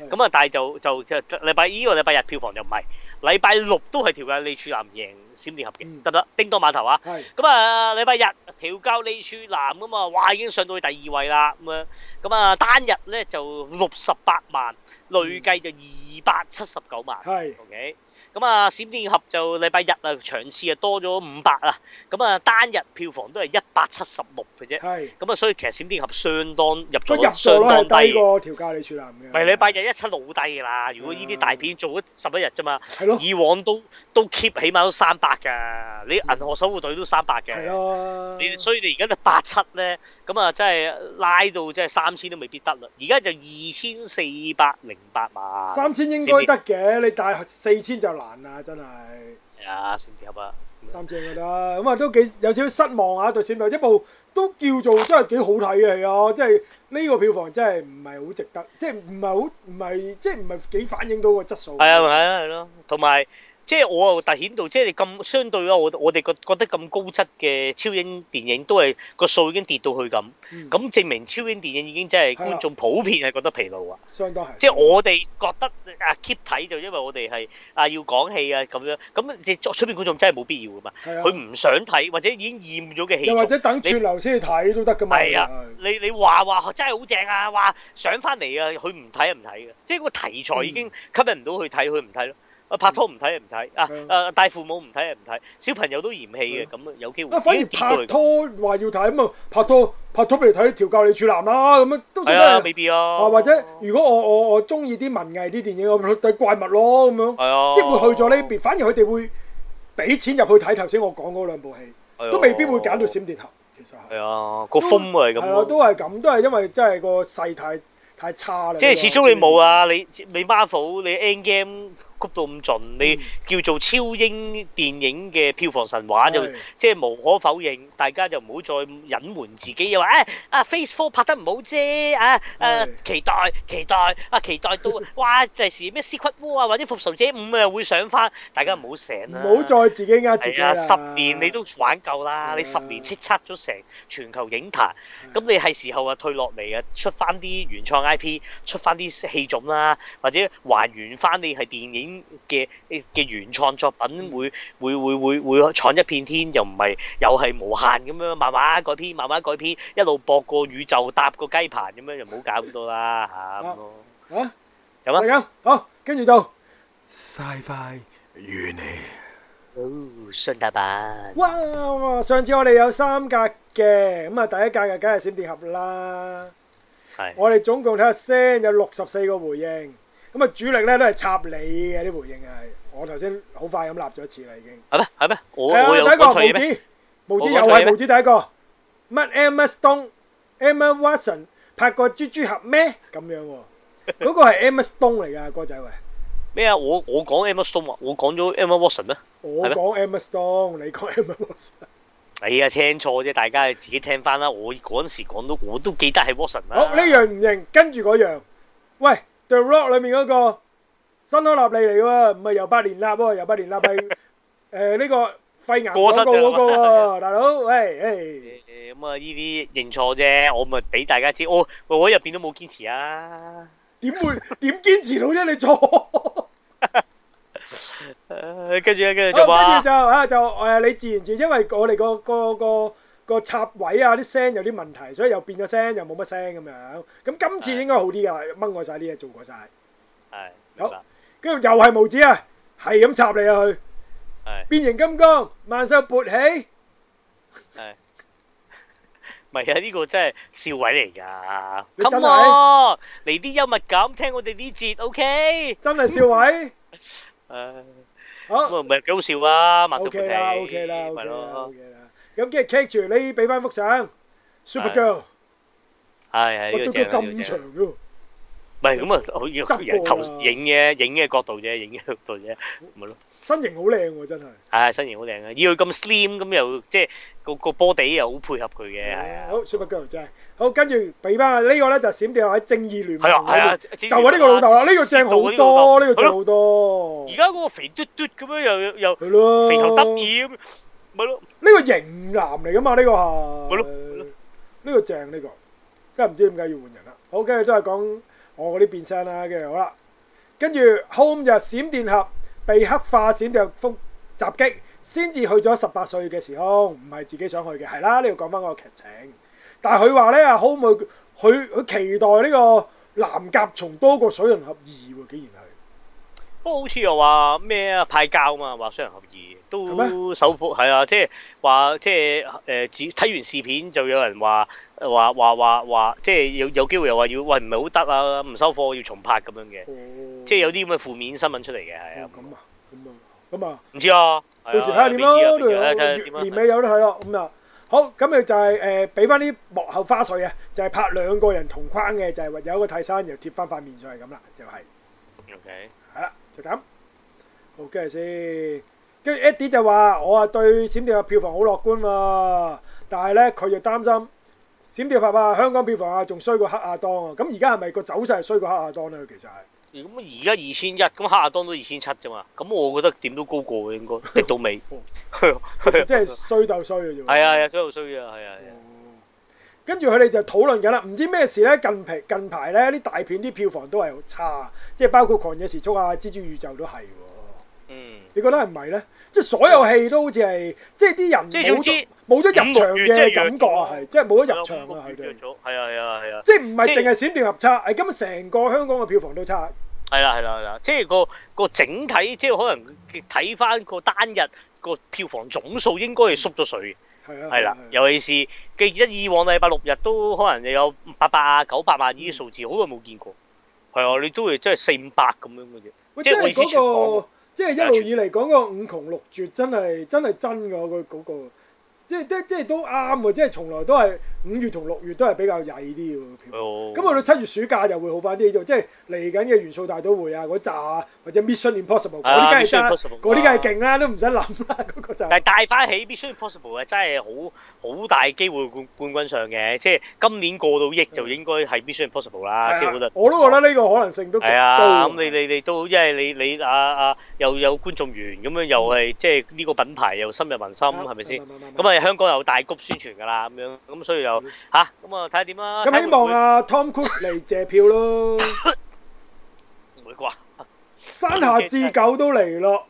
A: 咁啊但係就就就禮拜呢個禮拜日票房就唔係，禮拜六都係調教你處男贏閃電俠
B: 嗯
A: 嘅，得唔得？叮當碼頭啊！
B: 係
A: 咁啊，禮拜日調教你處男咁啊，哇已經上到去第二位啦咁樣，咁啊單日
B: 嗯
A: 咧就六十八萬，累計就二百七十九萬。
B: 係
A: OK，咁啊，閃電俠就禮拜日啊，場次啊多咗五百啊，咁啊單日票房都係一百七十六嘅啫。
B: 係
A: 咁啊，所以其實閃電俠相當入
B: 個
A: 座
B: 入
A: 率
B: 座
A: 相
B: 率
A: 當
B: 係低
A: 低。
B: 過調教李處男嘅。
A: 唔係禮拜日一七老低㗎啦，如果呢啲大片做咗十一日啫嘛，
B: 係咯，
A: 以往都都 keep 起碼都三百㗎，你銀河守護隊都三百
B: 嗯係
A: 嘅，
B: 咯，
A: 你所以你而家都八七咧，咁啊真係拉到真係三千都未必得啦，而家就二千四百零八萬，
B: 三千應該得嘅，你帶四千就難啦，真係。
A: 係啊，閃電俠啊，
B: 三隻㗎啦，咁啊都幾有少少失望啊對閃電，一部都叫做真係幾好睇嘅係啊，即係呢個票房真係唔係好值得，即係唔係好唔係即係唔係幾反映到個質素。
A: 係啊，係啊，係咯，同埋即係我又突顯到，即係你咁相對啊，我我哋覺覺得咁高質嘅超英電影都係個數已經跌到去咁，
B: 嗯，
A: 咁證明超英電影已經真係
B: 係啊
A: 觀眾普遍係覺得疲勞啊。
B: 相當係。
A: 即係我哋覺得啊 keep 睇就因為我哋係啊要講戲啊咁樣，咁你作出邊觀眾真係冇必要噶嘛，
B: 係啊
A: 佢唔想睇或者已經厭咗嘅戲
B: 又或
A: 種，
B: 者等串流先去睇都得㗎嘛。
A: 係啊，你你話話真係好正啊，話想翻嚟啊，佢唔睇就唔睇嘅，即係個題材
B: 嗯
A: 已經吸引唔到佢睇，佢唔睇咯。啊拍拖唔睇就唔睇，
B: 係
A: 啊啊帶父母唔睇就唔睇，小朋友都嫌棄嘅，咁啊有機會
B: 啊，反
A: 已
B: 而
A: 經跌到
B: 拍
A: 嚟
B: 拖話要睇咁啊，拍拖拍拖俾你睇調教你處男啦，咁樣都算
A: 係啊，
B: 得
A: 未。必啊，
B: 啊，或者如果我我我中意啲文藝啲電影，我咪去睇怪物咯咁樣。
A: 係啊，
B: 即係會去咗呢邊，反而佢哋會俾錢入去睇頭先我講嗰兩部戲，
A: 係啊，
B: 都未必會揀到閃電俠。其實
A: 係
B: 係
A: 啊，個風啊係咁
B: 係
A: 咯
B: 啊，都係咁，都係因為真係個勢太太差啦。
A: 即係始終你冇，
B: 嗯
A: 啊，你你 Marvel 你 End Game 谷到咁盡，你
B: 嗯
A: 叫做超英電影嘅票房神話就
B: 係
A: 即係無可否認，大家就唔好再隱瞞自己，又話啊啊 Phase Four 拍得唔好啫，啊啊
B: 係
A: 期待期待啊期待到哇第時咩 Secret War 啊或者復仇者五啊會上翻，大家唔好醒
B: 唔
A: 啦。
B: 好再自己呃自己
A: 係
B: 啦。
A: 啊，十年你都玩夠啦，
B: 係
A: 你十年叱咤咗成全球影壇，咁你係時候啊退落嚟啊，出翻啲原創 IP，出翻啲戲種啦，或者還原翻你係電影嘅嘅原創作品，會會會會會闖一片天，又唔係又係無限咁樣慢慢改編，慢慢改編，一路博個宇宙搭個雞棚咁樣，就唔好搞咁多啦嚇咁咯。
B: 啊，
A: 有啊
B: 係咁好，跟住到 Sci-Fi 與你。
A: 哦，雙打版，
B: 哇！上次我哋有三格嘅，咁啊第一格嘅梗係閃電俠啦。
A: 係
B: 我哋總共睇下先，有六十四個回應。咁啊，主力咧都係插你嘅啲回應係，我頭先好快咁立咗一次啦已經。
A: 係咩係咩？我
B: 係啊
A: 我有
B: 第一個
A: 講錯嘢咩？
B: 無子，無子
A: 我講錯嘢
B: 又係
A: 咩
B: 無子第一個。乜 Emma Stone、Emma Watson 拍過豬豬俠咩？咁樣喎，嗰個係 Emma Stone 嚟㗎，哥仔喂。
A: 咩啊？我我講 Emma Stone 啊，我講咗 Emma Watson 咩？
B: 我
A: 係
B: 講 Emma Stone，你講 Emma Watson。
A: 哎呀，聽錯啫，大家自己聽翻啦。我嗰陣時講到，我都記得係 Watson 啊啦。
B: 好，呢樣唔認，跟住嗰樣。喂，The Rock 裏面嗰個辛可納利嚟喎，唔係由八連納喎，由八連納係誒呢個肺癌
A: 過
B: 廣
A: 失
B: 告
A: 㗎
B: 嗰個喎，大佬，喂，
A: 誒咁啊，呢啲認錯啫，我咪俾大家知。我我我喺入邊都冇堅持啊。
B: 誒點會點堅持到啫？你錯。
A: 誒跟住咧，跟住就
B: 好跟
A: 話
B: 住就啊就誒，你自然自因為我哋個個個個插位啊啲聲有啲問題，所以又變咗聲，又冇乜聲咁樣。咁今次應該好啲㗎啦，掹過晒啲嘢，做過晒。
A: 係明白
B: 跟住又係無子啊，係咁插你啊佢。
A: 係
B: 變形金剛萬獸勃起，
A: 係。唔係啊！呢個真係笑位嚟㗎。
B: 你真
A: Come
B: 係
A: on，嚟啲幽默感，聽我哋呢節，OK？
B: 真係笑位。
A: 誒 咁
B: 好
A: 啊，唔係幾好笑啊！萬壽
B: ，OK 啦
A: 勃起
B: ，OK 啦
A: 咪
B: ，OK 啦
A: 咯，
B: ，OK 啦。咁跟住 K 住你俾翻幅相，Super Girl，
A: 係係呢
B: 我
A: 個
B: 都
A: 正
B: 叫
A: 啊呢個
B: 咁
A: 正
B: 長。嘅，
A: 唔係咁啊，好要
B: 執過啦
A: 投影嘅影嘅角度啫，影嘅角度啫，咪咯。
B: 身形好靚喎，真係。
A: 係身形好靚啊，要佢咁 à? slim 咁又即係個個波地又好配合佢嘅，係啊。
B: 好，Super Girl 正。好，跟住俾翻啊呢個咧就閃電俠喺正義聯盟
A: 係啊係
B: 嗰
A: 啊，
B: 度，就係呢個老豆啦，呢個正好
A: 呢個老
B: 多，
A: 豆
B: 呢個
A: 係
B: 正
A: 咯
B: 好多
A: 而。家嗰個肥嘟嘟咁樣又又又
B: 係咯，
A: 肥頭得意咁，咪咯。
B: 呢個型男嚟噶嘛？呢個係
A: 咪咯咪咯
B: 呢個正呢個，真係唔知點解要換人啦。好，跟住都係講我嗰啲變身啦，跟住好啦，跟住 Home 就閃電俠被黑化閃電風襲擊，先至去咗十八歲嘅時空，唔係自己想去嘅，係啦。呢度講翻個劇情，但係佢話咧，Home 佢佢佢期待呢個藍甲蟲多過水人俠二喎，竟然係。
A: 不過好似又話咩啊派膠嘛，話雙人合意
B: 係
A: 都首部係啊，即係話即係誒，只睇完視片就有人話呃話話話話，即係有有機會又話要喂唔係好得啊，唔收貨要重拍咁樣嘅，
B: 哦
A: 即係有啲咁嘅負面新聞出嚟嘅，係啊，
B: 哦咁啊，咁啊，咁啊，
A: 唔知啊，係啊
B: 到時睇下點
A: 未知啊
B: 咯，
A: 未知啊睇下
B: 到時
A: 點啊
B: 年尾有得睇咯，咁啊，好，咁咪就係誒俾翻啲幕後花絮啊，就係拍兩個人同框嘅，就係有一個替身，又貼翻塊面上係咁啦，就係。
A: 啊 OK
B: 係啦，就咁。好，跟住先，跟住 Eddie 就話：我啊對閃電嘅票房好樂觀喎，但係咧佢就擔心閃電拍啊香港票房啊仲衰過黑亞當啊。咁而家係咪個走勢係衰過黑亞當咧？佢其實係
A: 咁而家二千一，咁黑亞當都二千七啫嘛，咁我覺得點都高過嘅應該，直到尾
B: 哦
A: 係啊
B: 其實真係衰哦鬥衰嘅啫喎。
A: 係啊，係啊，衰又衰啊，係啊，係啊
B: 跟住佢哋就討論緊啦，唔知咩事咧？近排近排咧啲大片啲票房都係好差，即係包括《狂野時速》啊，《蜘蛛宇宙》都係喎。
A: 嗯。
B: 你覺得係唔係咧？即係所有戲都好似係，即係啲人
A: 即係總之
B: 冇咗冇咗入場
A: 五六月即係弱
B: 嘅
A: 咗
B: 感覺啊，係即係冇咗入場
A: 係
B: 啊，
A: 啊
B: 佢哋
A: 咁係啊係啊係啊，
B: 即係唔係
A: 即係
B: 淨係閃電合差，係今日成個香港嘅票房都差。
A: 係啊啦係啦係啦，即係個個整體，即係可能睇翻個單日個票房總數應該係縮咗水
B: 係
A: 嘅，
B: 啊，
A: 係啦
B: 係啊，
A: 尤其是記得以往禮拜六日都可能有八百啊九百萬呢啲數字，好耐冇見過。係啊，你都會即係四五百咁樣嘅啫。
B: 喂
A: 即
B: 即
A: 係我意
B: 係
A: 思全
B: 嗰
A: 港
B: 個，即係一路以嚟講個五窮六絕真係真係真㗎，佢嗰個即係即即係都啱嘅，即係從來都係五月同六月都係比較曳啲嘅票
A: 哦
B: 房。嗯咁去到七月暑假又會好翻啲，就即係嚟緊嘅元素大都會啊，嗰扎啊或者 Mission Impossible 嗰啲梗係
A: 啊
B: 爭，
A: ，Mission Impossible，啊
B: 嗰啲梗係勁啦，都唔使諗啦，嗰個就
A: 但係帶翻起 Mission Impossible 啊，真係好好大機會冠冠軍上嘅，即係今年過到億就應該係 Mission Impossible 啦，即係覺
B: 嗯係
A: 得
B: 啊。我都覺得呢個可能性都極
A: 係啊，
B: 高。
A: 咁你你你都因為你你啊啊又有觀眾緣咁樣，又係即係呢個品牌又深入民心，係咪先？
B: 啱？啱
A: 咁啊，香港有大谷宣傳㗎啦，咁樣咁所以又吓，咁啊睇下點啦。
B: 啱咁希望啊 Tom Cruise 嚟借 票咯，
A: 睇會唔會，唔會啩
B: 山下智久都嚟咯，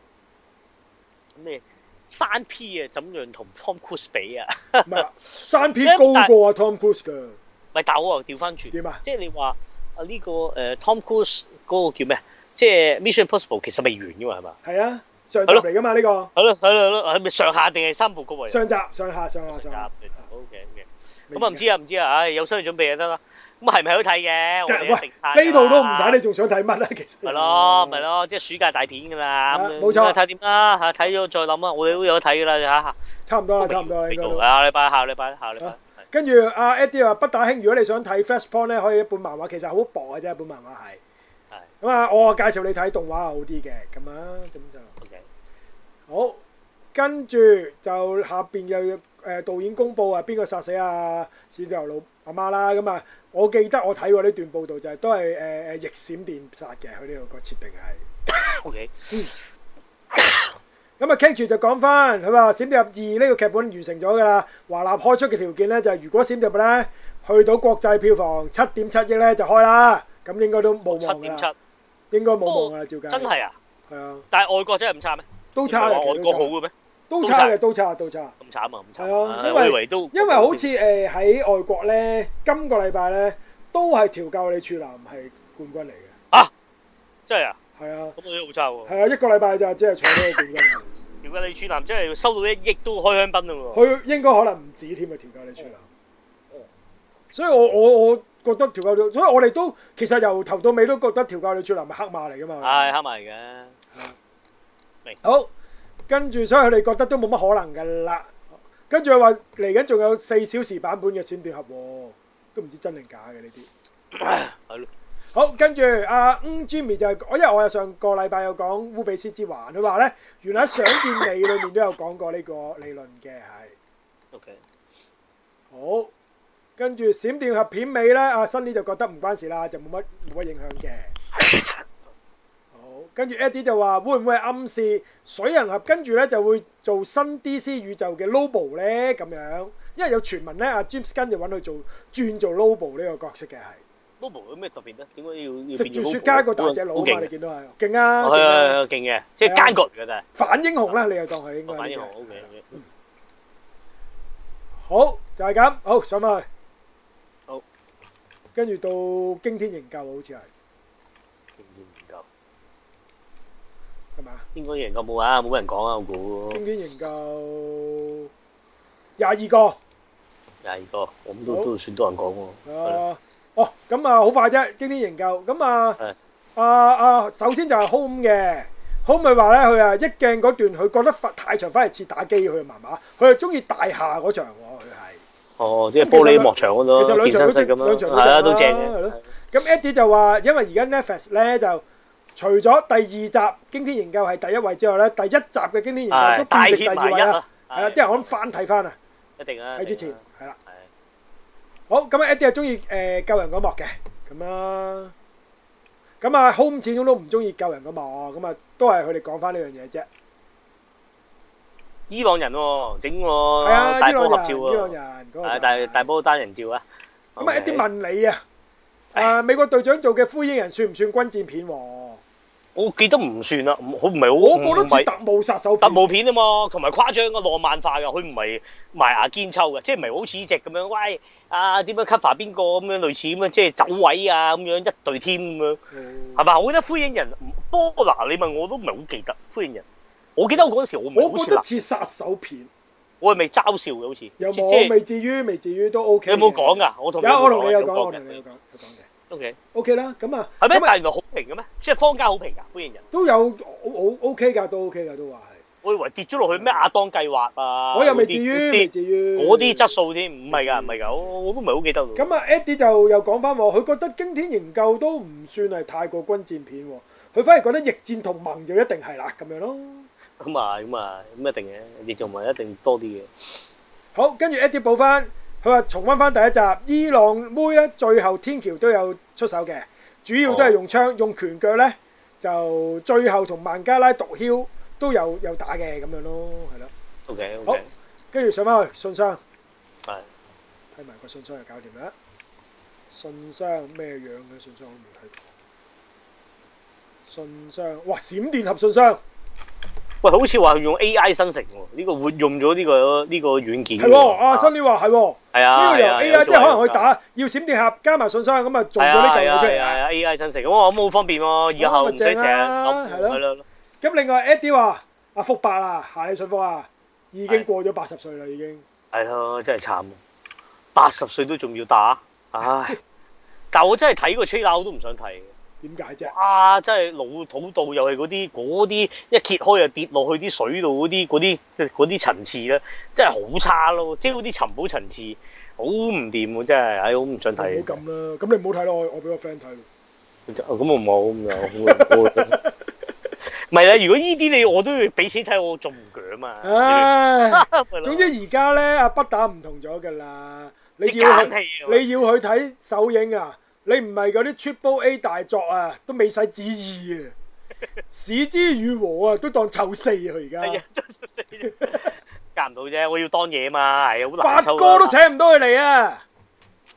A: 咩山 P 啊，怎樣同 Tom Cruise 比啊？
B: 唔係啊山 P 高過啊 Tom Cruise 㗎，
A: 咪但我又調翻轉，
B: 點啊？
A: 即係你話啊呢個誒 Tom Cruise 嗰個叫咩？即係 Mission Impossible 其實未完㗎嘛，係嘛？
B: 係啊，上集嚟㗎嘛呢個，
A: 係咯係咯係咯，係咪上下定係三部曲啊？
B: 上集上下上下上下，
A: O K O K。
B: 明
A: 咁啊唔知啊唔知啊，唉有心理準備就得啦。咁係咪好睇嘅？我
B: 嘅
A: 哋一定睇㗎啦
B: 喂，呢度都唔睇，你。仲想睇乜啊？其實
A: 咪咯咪，咯，即係暑假大片㗎啦。咁樣
B: 冇錯
A: 睇下點啦嚇，睇咗再諗啊。我哋都有得睇㗎啦嚇。
B: 差唔多啦，差唔多啦，
A: 未
B: 應該
A: 到
B: 都。
A: 下個禮拜下個禮拜下個禮拜
B: 啊。跟住阿 Eddie 話：不打興，如果你想睇 Flashpoint 咧，可以一本漫畫，其實好薄嘅啫，一本漫畫
A: 係
B: 係。咁啊，我介紹你睇動畫好啲嘅，咁啊，咁就
A: O K。
B: 好。跟住就下邊又誒、呃、導演公佈啊，邊個殺死啊閃電牛老阿媽啦，咁啊，我記得我睇過呢段報道就係、都係誒誒逆閃電殺嘅，佢呢個個設定係。
A: O K。
B: 咁啊，K 住就講翻，佢話《閃電俠二》呢個劇本完成咗㗎啦。華納開出嘅條件咧，就係如果《閃電俠》咧去到國際票房七點七億咧，就開啦。咁應該都冇望
A: 七
B: 㗎
A: 點七
B: 啦，，應該冇
A: 不
B: 望㗎
A: 過
B: 啦，照計。
A: 真係啊！
B: 係啊，
A: 但係外國真係咁差咩？
B: 都差
A: 你話外
B: 嘅，
A: 國好嘅咩？
B: 都差嘅，都差嘅，都差嘅。
A: 咁慘啊！咁
B: 係
A: 慘
B: 啊
A: 啊！
B: 因為
A: 我以為都
B: 因為好 似誒喺外國咧，今個禮拜咧都係調教你處男係冠軍嚟嘅，
A: 真係啊！
B: 係啊，
A: 咁我都好差喎。
B: 係啊，一個禮拜就只係坐到個冠軍。
A: 如果李柱南真係收到一億都開香檳嘞喎！
B: 佢應該可能唔止添啊，調教你出嚟
A: 哦。
B: 所以我我我覺得調教你，所以我哋都其實由頭到尾都覺得調教你出嚟係黑馬嚟噶嘛。
A: 唉，黑埋嘅。
B: 好，跟住所以佢哋覺得都冇乜可能噶啦。跟住佢話嚟緊仲有四小時版本嘅閃電俠喎，都唔知真定假嘅呢啲。
A: 係咯。
B: 好，跟住阿 Jimmy 就係、我因為我有上個禮拜有講烏比斯之環，佢話咧原來喺《想見你》裏面都有講過呢個理論嘅係。
A: O K。
B: 好，跟住閃電俠片尾咧，阿新呢就覺得唔關事啦，就冇乜冇乜影響嘅。好，跟住 Eddie 就話會唔會暗示水人俠跟住咧就會做新 DC 宇宙嘅 Lobo 咧咁樣？因為有傳聞咧，阿 James Gunn 就揾佢做轉做 Lobo 呢個角色嘅係
A: Lobo 有咩特別咧？點解要要
B: 食
A: 變
B: 住
A: 咗
B: 雪
A: Lobo
B: 茄個
A: 咧
B: 大隻佬
A: 好
B: 啊
A: 勁
B: 嘛，
A: 嘅
B: 你見到係勁啊，勁啊
A: 係係係勁嘅，即係
B: 係啊
A: 奸角嚟嘅，真係
B: 反英雄啦，你又當佢應該
A: 反英雄
B: 呢
A: O
B: 個
A: K
B: 係
A: O
B: 啦
A: K。
B: 好就係咁，好上翻去。
A: 好，
B: 跟住到驚天營救好似係。
A: 經驗研究
B: 係嘛？
A: 應該研究冇啊，冇人講啊，我估
B: 經典研究廿二個。啊
A: 廿二個，咁都
B: 好
A: 都算多人講喎。係咯
B: 啊，哦，咁啊，好快啫，經典研究。咁啊
A: 係，
B: 啊啊，首先就係 Home 嘅，Home 咪話咧，佢啊一鏡嗰段，佢覺得發太長反而似打機，佢麻麻，佢係中意大廈嗰場喎，
A: 哦，即係玻璃幕牆嗰
B: 其實
A: 度，
B: 兩
A: 健身室
B: 場都
A: 咁
B: 正
A: 樣，
B: 兩場都
A: 係啊，
B: 正
A: 都
B: 啦
A: 正
B: 係
A: 嘅。
B: 咯佢係。咁 Eddie 就話，因為而家 Netflix 咧就除咗第二集《經典研究》係第一位之外咧，第一集嘅《經典研究》
A: 係
B: 都
A: 大
B: 變成第
A: 牽
B: 二
A: 埋
B: 位
A: 一
B: 啦，
A: 啊，
B: 係啊，啲人我諗翻睇翻啊，
A: 一定啊，
B: 睇之
A: 一定
B: 前
A: 啊
B: 係啦。
A: 係
B: 好，咁啊，Eddie 係中意誒救人嗰幕嘅，咁啦。咁啊，Home 始終都唔中意救人嗰幕，咁啊，都係佢哋講翻呢樣嘢啫。
A: 伊朗人喎，整
B: 係啊，
A: 個
B: 伊
A: 大
B: 朗
A: 波合
B: 人，
A: 照
B: 伊朗
A: 喎，
B: 人嗰個就
A: 係
B: 係。
A: 大大波單人照啊。
B: 咁啊
A: OK
B: ，Eddie 問你啊，
A: 係
B: 啊，美國隊長做嘅灰衣人算唔算軍戰片喎？我
A: 我記得唔算啦，唔好唔係好，
B: 覺得
A: 唔係
B: 似特務殺手
A: 特
B: 片。
A: 務片啊嘛，同埋誇張嘅浪漫化嘅，佢唔係埋牙堅抽嘅，即係唔係好似呢只咁樣，喂啊點樣 cover 邊個咁樣類似咁樣，即係走位啊咁樣一對 team 咁樣，係
B: 哦
A: 嘛？我覺得灰影人唔波嗱，你問我都唔係好記得灰影人，我記得我嗰陣時我唔係
B: 我
A: 好
B: 覺
A: 似嗱
B: 得，似殺手片，
A: 我係咪嘲笑嘅好似？
B: 有
A: 即係
B: 冇？未至於，未至於都 OK
A: 你
B: 嘅。
A: 有冇講㗎？我同
B: 有，我同你有
A: 講
B: 講，我
A: 嘅
B: 同你有講，有講嘅。
A: O K
B: OK 啦，咁啊，
A: 係咩？但
B: 咁啊
A: 係原來好評嘅咩？即係坊間好評㗎灰影人，
B: 都有我我 OK 㗎，都 OK 㗎，都話係。
A: 我以為跌咗落去咩亞當計劃啊，
B: 我又未
A: 嗰啲
B: 至
A: 嗰
B: 於，
A: 啲
B: 未至於
A: 嗰啲質素添，唔係㗎，唔係㗎，我我都唔係好記得喎。
B: 咁啊，Eddie 就又講翻喎，佢覺得經典營救都唔算係太過軍戰片喎，佢反而覺得逆戰同盟就一定係啦咁樣咯。
A: 咁啊，咁啊，咁一定嘅，亦仲唔係一定多啲嘅。
B: 好，跟住 Eddie 補翻，佢話重温翻第一集，伊朗妹咧最後天橋都有出手嘅，主要都係用槍、用拳腳咧，就最後同孟加拉毒枭都有有打嘅咁樣咯，係咯。
A: O K O
B: 好
A: K，
B: 跟住上翻去信箱。
A: 係
B: 睇埋個信箱就搞掂啦。信箱咩樣嘅信箱我都未睇過。信箱，哇！閃電俠信箱
A: 喂，好似話用 A I 生成喎，呢個活用咗呢個呢個軟件啊
B: 係喎，阿新，料話係喎，
A: 係
B: 呢
A: 啊，
B: 個由 A.I. 即係可能佢打要閃電俠加埋信箱咁啊，做咗呢嚿嘢出嚟
A: 係
B: 啦。
A: 啊，A I 生成，咁我咁好方便喎，以後唔使成日諗，係咯，
B: 咁另外 Eddie 話：阿福伯啊，夏利信福啊，已經過咗八十歲啦，已經。
A: 係咯，真係慘，八十歲都仲要打， 唉！但我真係睇個 t r a i 我都唔想睇。
B: 點解啫？
A: 啊！真係老土到又係嗰啲嗰啲一揭開又跌落去啲水度嗰啲嗰啲嗰啲層次咧，真係好差咯！即係嗰啲尋寶層次好唔掂喎，真係，唉，好唔想
B: 唔好
A: 睇。
B: 咁啦，咁你唔好睇咯，我我俾個 friend 睇。
A: 咁我冇咁樣，好好 唔係啦，如果呢啲你我都要俾錢睇，我中唔腳嘛。
B: 唉，
A: 咪咯
B: 總之而家咧，阿北打唔同咗㗎啦。你
A: 即
B: 要佢
A: 係奸戲啊嘛
B: 你要去睇首映啊！你唔係嗰啲 Triple A 大作啊，都未使旨 意啊！史之與和啊，都當臭四啊！佢而
A: 係
B: 家
A: 啊，真係死咗 夾唔到啫，我要當嘢嘛，係好
B: 發
A: 難抽
B: 哥
A: 啊
B: 都請唔到佢嚟啊！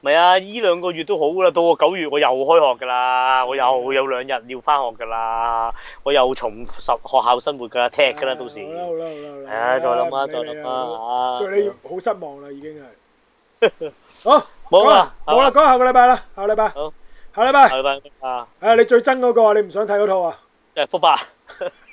A: 唔係啊！依兩個月都好啦，到我九月我又開學㗎啦，
B: 嗯
A: 我又有兩日要翻學㗎啦，我又重拾學校生活㗎啦，踢㗎啦，到時。
B: 好啦好
A: 係
B: 啦好嗯啦好啦，
A: 啊，再諗啊，再
B: 唔理你
A: 諗啊。
B: 對你好失望啦，已經係。好，
A: 冇啦
B: 講冇啦，
A: 係
B: 講下個禮拜啦，下個禮拜，
A: 好
B: 下禮拜，
A: 係咪啊？
B: 誒你最憎嗰個啊，你唔想睇嗰套啊？
A: 誒，福伯。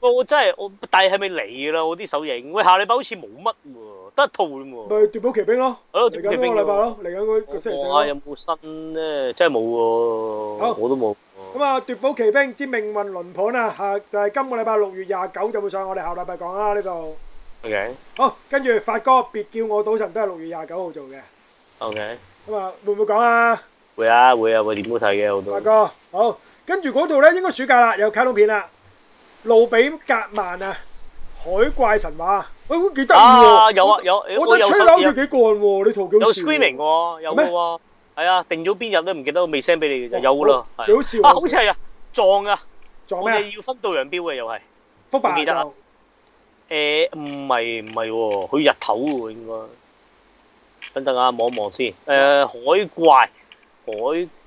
A: 我我真係我，但係係咪嚟啦？我啲首映，喂，下禮拜好似冇乜喎，得一套啫喎。
B: 咪奪寶奇兵咯，
A: 係咯
B: 嚟緊
A: 奪寶奇兵
B: 嗰個禮拜
A: 喎
B: 咯，嚟緊嗰個星期四
A: 哇！
B: 咯
A: 有。冇新咧？真係冇
B: 好
A: 喎，我都冇。
B: 咁啊，奪寶奇兵之命運輪盤啊，下就係今個禮拜六月廿九就會上，我哋下禮拜講啦呢度。
A: OK
B: 好，跟住發哥別叫我賭神都係六月廿九號做嘅，
A: OK，
B: 咁啊會唔會講啊？
A: 會啊會啊，會點都睇嘅我都。
B: 發哥，好，跟住嗰度咧應該暑假啦，有卡通片啦，路比格曼啊，海怪神話，喂，都幾得意
A: 啊
B: 喎，
A: 有啊有，有
B: 我覺
A: 有
B: 得吹樓佢幾過癮喎，呢套幾
A: 有
B: 好笑
A: screening ờ, 喎，有
B: 咩
A: 嘅喎，係啊，定咗邊日都唔記得，我未 send 俾你嘅
B: 哦
A: 啫，有啦，
B: 幾
A: 係
B: 好笑
A: 啊，好似係啊，撞啊，
B: 撞
A: 我
B: 咩？
A: 哋要分道揚镳嘅又係，
B: 福伯
A: 我記得啊
B: 撞
A: 誒唔係唔係喎，佢日頭喎應該，等等啊，望一望先，誒海怪，海，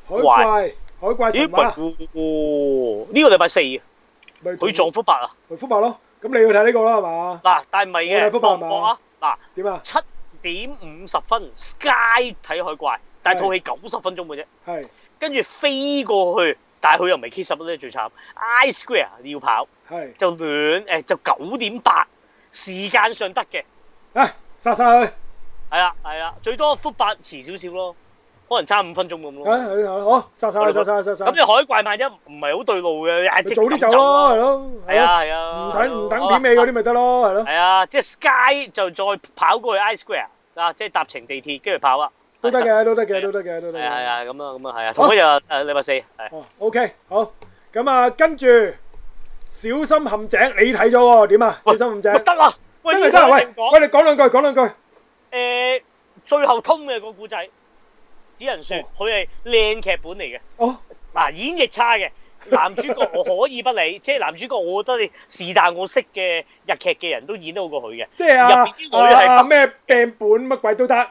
B: 海怪海怪
A: 咦
B: 神
A: 唔係
B: 話，
A: 喎，呢個禮拜四啊，
B: 咪
A: 佢撞福伯啊，
B: 咪福伯咯，咁你要睇呢個啦係嘛？
A: 嗱但係唔係
B: 我
A: 嘅，
B: 睇福伯係
A: 博
B: 嘛
A: 博啊，嗱
B: 點啊？
A: 七點五十分 Sky 睇海怪，但係套戲九十分鐘嘅啫。
B: 係
A: 跟住飛過去第但係佢又唔係 K 十咧，最慘 I Square 你要跑
B: 係
A: 就兩誒、就九點八時間上得嘅，
B: 啊，殺晒佢，
A: 係啦係啦，最多 foot 八遲少少咯，可能差五分鐘咁
B: 係
A: 咯。
B: 係係好，殺晒佢，殺晒佢，殺晒
A: 咁
B: 佢，
A: 你海怪萬一唔係好對路嘅，你
B: 咪
A: 即
B: 早啲
A: 走
B: 走咯，係咯，
A: 係啊係
B: 係
A: 啊，
B: 咯，唔等唔等
A: 好啊
B: 片尾嗰啲咪得咯，係咯，
A: 係啊，即係 Sky 就再跑過去 I Square 啊，即係搭程地鐵跟住跑啦，
B: 都得嘅，都得嘅，
A: 係啊
B: 都得嘅，都得
A: 係啊係
B: 嘅。
A: 啊，咁啊咁啊係啊，同一日誒禮拜四係
B: 哦，OK，好，咁啊，跟住小心陷阱，你睇咗喎，點啊？小
A: 喂
B: 心陷
A: 喂
B: 阱，
A: 得啦，喂
B: 真
A: 呢
B: 係得啊！
A: 個
B: 喂
A: 一定講
B: 喂，你講兩句，講兩句，
A: 誒呃最後通嘅個故仔，只能說
B: 哦
A: 佢係靚劇本嚟嘅。
B: 哦，
A: 嗱，演繹差嘅男主角我可以不理， 即係男主角我覺得你是但我識嘅日劇嘅人都演得好過佢嘅。
B: 即係啊
A: 入邊啲女係哦
B: 啊啊咩病本乜鬼都得，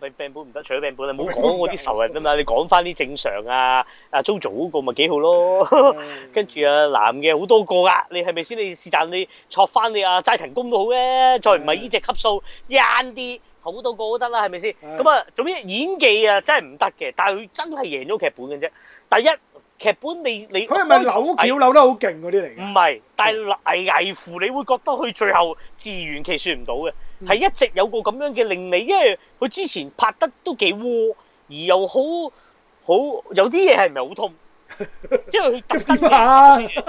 A: 病病本唔得，除咗病本你唔好講我啲仇人啊嘛，你講翻啲正常啊，啊 JoJo 嗰個咪幾好咯。
B: 嗯
A: 跟住啊，男嘅好多個噶，你係咪先？你是但你戳翻你啊齋藤工都好咧，再唔係呢只級數，硬啲好多個都得啦，係咪先？
B: 係
A: 咁啊，總之演技啊真係唔得嘅，但係佢真係贏咗劇本嘅啫。第一劇本你你
B: 佢係咪
A: 開頭
B: 扭
A: 睇
B: 橋扭得好勁嗰啲嚟
A: 唔
B: 嘅？
A: 係，但係危危乎，你會覺得佢最後自圓其說唔到嘅，
B: 嗯
A: 係一直有個咁樣嘅令你，因為佢之前拍得都幾窩，而又好好有啲嘢係唔係好 通，即係佢特登
B: 點啊
A: 嘅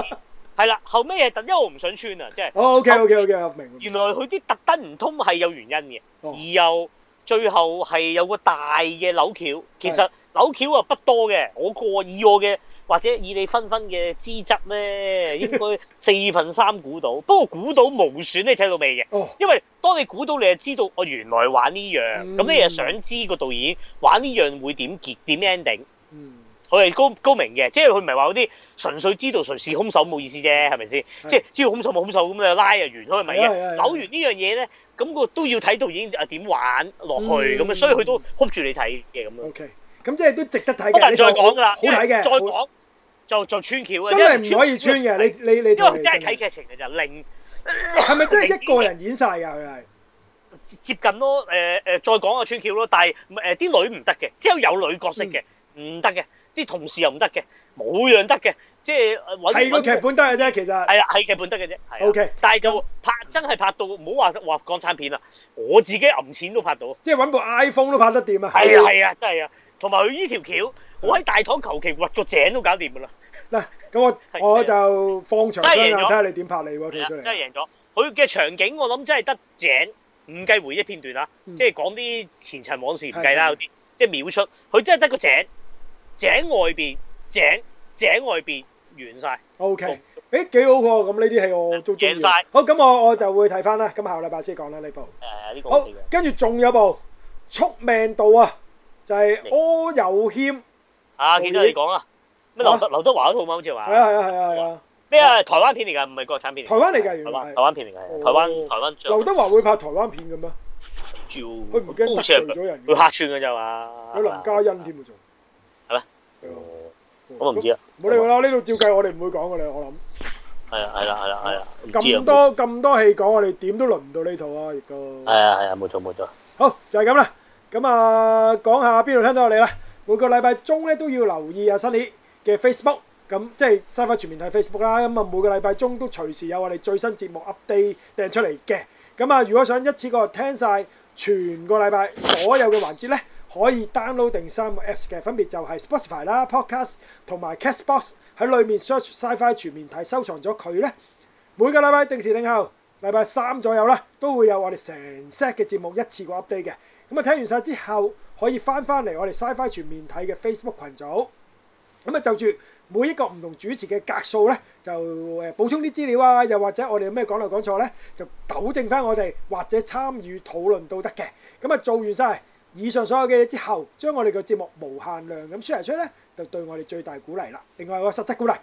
A: 係啦，後尾係特，因為我唔想穿啊，即係
B: 哦，OK，OK，OK，我明。
A: 原來佢啲特登唔通係有原因嘅，
B: 哦
A: 而又最後係有個大嘅扭橋，其實
B: 係
A: 扭橋啊不多嘅，我個以我嘅。或者以你分分嘅資質咧，應 該四分三估到。不過估到無損你睇到未嘅，
B: 哦，
A: 因為當你估到你就知道我哦原來玩呢樣，咁、
B: 嗯
A: 你又想知個導演玩呢樣會點結點 ending。
B: 嗯，
A: 佢係高高明嘅，即係佢唔係話嗰啲純粹知道誰是兇手冇意思啫，係咪先？
B: 係
A: 即係知道兇手冇兇手咁你就拉就完，佢唔係
B: 係啊
A: 嘅
B: 係啊係啊。
A: 扭完呢樣嘢咧，咁個都要睇導演啊點玩落去
B: 嗯
A: 咁啊，所以佢都 hold 住你睇嘅咁樣。
B: OK，咁即係都值得睇
A: 不
B: 嘅。
A: 能
B: 呢
A: 再
B: 個
A: 講㗎啦，
B: 好
A: 因為
B: 睇嘅，
A: 再
B: 好
A: 講就就穿橋嘅，
B: 真係唔可以
A: 因
B: 穿
A: 為
B: 嘅。你你你
A: 因為佢真係睇
B: 嘅，
A: 劇情嘅就零
B: 係咪真係一個人演晒㗎？佢係
A: 接近咯，誒、誒，再講啊穿橋咯，但係誒啲女唔得嘅，只有有女角色嘅
B: 嗯
A: 唔得嘅，啲同事又唔得嘅，冇樣得嘅，即係呃揾
B: 係個
A: 揾
B: 劇本得嘅啫，其實。
A: 係啦，係劇本得嘅啫。係啊
B: OK，
A: 但係就拍真係拍到，唔好話話港產片啦，我自己揞錢都拍到。
B: 即係揾部 iPhone 都拍得掂啊！
A: 係啊係啊，真係啊！同埋佢呢條橋，我喺大堂求其掘個井都搞掂㗎啦，
B: 嗱，咁
A: 係啊
B: 我我就放長雙眼
A: 真係贏咗
B: 睇下你點拍你喎，
A: 係
B: 退
A: 啊
B: 出
A: 真係
B: 嚟。
A: 贏咗。佢嘅場景我諗真係得井，唔計回憶片段啦，
B: 嗯
A: 即係講啲前塵往事唔計啦，
B: 係係
A: 有啲即係秒出，佢真係得個井，井外邊，井井外邊完晒。
B: O K，誒幾好喎！咁呢啲戲我都中意
A: 贏晒。
B: 好，咁我我就會睇翻啦。咁下個禮拜先講啦呢部。
A: 誒呢個
B: 好
A: OK 嘅，
B: 跟住仲有部《速命道》啊，就係柯有軒。
A: 啊記得你講啊，咩劉
B: 啊
A: 德劉德華嗰套嘛，好似話
B: 係。啊係啊係啊係啊！
A: 咩啊？台灣片嚟㗎，唔係國產片嚟㗎。
B: 台灣嚟㗎原
A: 台
B: 來
A: 灣
B: 係哦
A: 台灣片嚟㗎，台灣台灣
B: 劉德華會拍台灣片嘅咩？
A: 照，
B: 佢
A: 佢
B: 唔驚得罪咗人
A: 佢客
B: 嘅，
A: 串㗎咋嘛？
B: 有林嘉欣添啊喎仲。
A: 係咩
B: 係啊？
A: 哦我唔知啊，
B: 冇理佢啦，呢度照計我哋唔會講㗎啦，我諗。
A: 係啊係啦係啦係啦，唔知啊
B: 咁。多咁多戲講，我哋點都輪唔到呢套啊，亦都。
A: 係啊係啊，冇錯冇錯。
B: 好，就係咁啦。咁啊，講下邊度聽到我哋啦。每個禮拜中咧都要留意啊 Sunny 嘅 Facebook，咁即係西翻全面睇 Facebook 啦。咁啊，每個禮拜中都隨時有我哋最新節目 update 掟出嚟嘅。咁啊，如果想一次過聽晒全個禮拜所有嘅環節咧，可以 download 定三個 apps 嘅，分別就係 Spotify 啦、Podcast 同埋 Castbox 喺裏面 search 西翻全面睇，收藏咗佢咧。每個禮拜定時定候，禮拜三左右啦，都會有我哋成 set 嘅節目一次過 update 嘅。咁啊，聽完晒之後，可以翻翻嚟我哋 Sci-Fi 全面睇嘅 Facebook 群組。咁啊，就住每一個唔同主持嘅格數咧，就誒補充啲資料啊，又或者我哋有咩講漏講錯咧，就糾正翻我哋，或者參與討論都得嘅。咁啊，做完晒以上所有嘅嘢之後，將我哋嘅節目無限量咁 share 出咧，就對我哋最大鼓勵啦。另外有個實質鼓勵。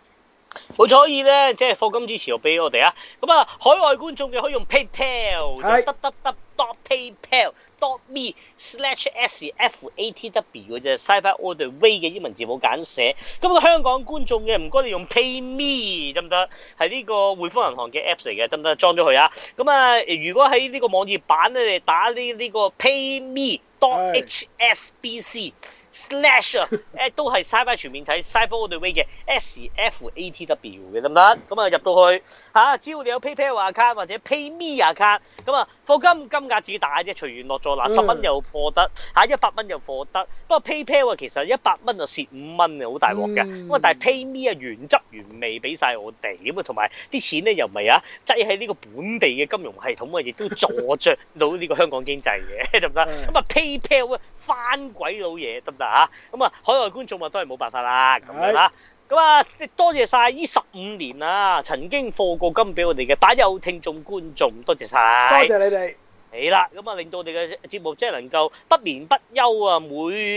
A: 冇錯，所以咧即係課金支持我俾我哋啊！咁啊，海外觀眾嘅可以用 PayPal，
B: 係
A: 就 www dot PayPal dot me slash s f a t w 嘅啫，Sci-Fi All the Way 嘅英文字母簡寫。咁個香港觀眾嘅唔該，你用 PayMe 得唔得？係呢個匯豐銀行嘅 Apps 嚟嘅，得唔得？裝咗佢啊！咁啊，如果喺呢個網頁版咧，你打呢呢個 PayMe dot
B: 係
A: HSBC。 slash 啊，誒都係 Sci-Fi 全面睇 Sci-Fi all the way 嘅 S F A T W 嘅得唔得？咁啊入到去嚇、啊只要你有 PayPal account 或者 PayMe account，咁啊課金金額自己打啫，隨緣落座嗱，
B: 嗯
A: 十蚊又破得嚇，一百蚊又破得。不過 PayPal 啊，其實一百蚊就蝕五蚊啊，好大鑊嘅。
B: 嗯
A: 咁啊，但係 PayMe 啊原汁原味俾晒我哋，咁啊同埋啲錢咧又唔係啊擠喺呢個本地嘅金融系統啊，亦都助着到呢個香港經濟嘅， 得唔得？
B: 嗯
A: 咁啊 PayPal 啊翻鬼佬嘢得唔得啊？咁啊海外觀眾啊都係冇辦法啦，咁樣啦。咁啊，多謝晒呢十五年啊，曾經課過金俾我哋嘅把友聽眾觀眾，多謝晒。
B: 多謝你哋，
A: 係啦，咁啊令到我哋嘅節目即係能夠不眠不休啊，每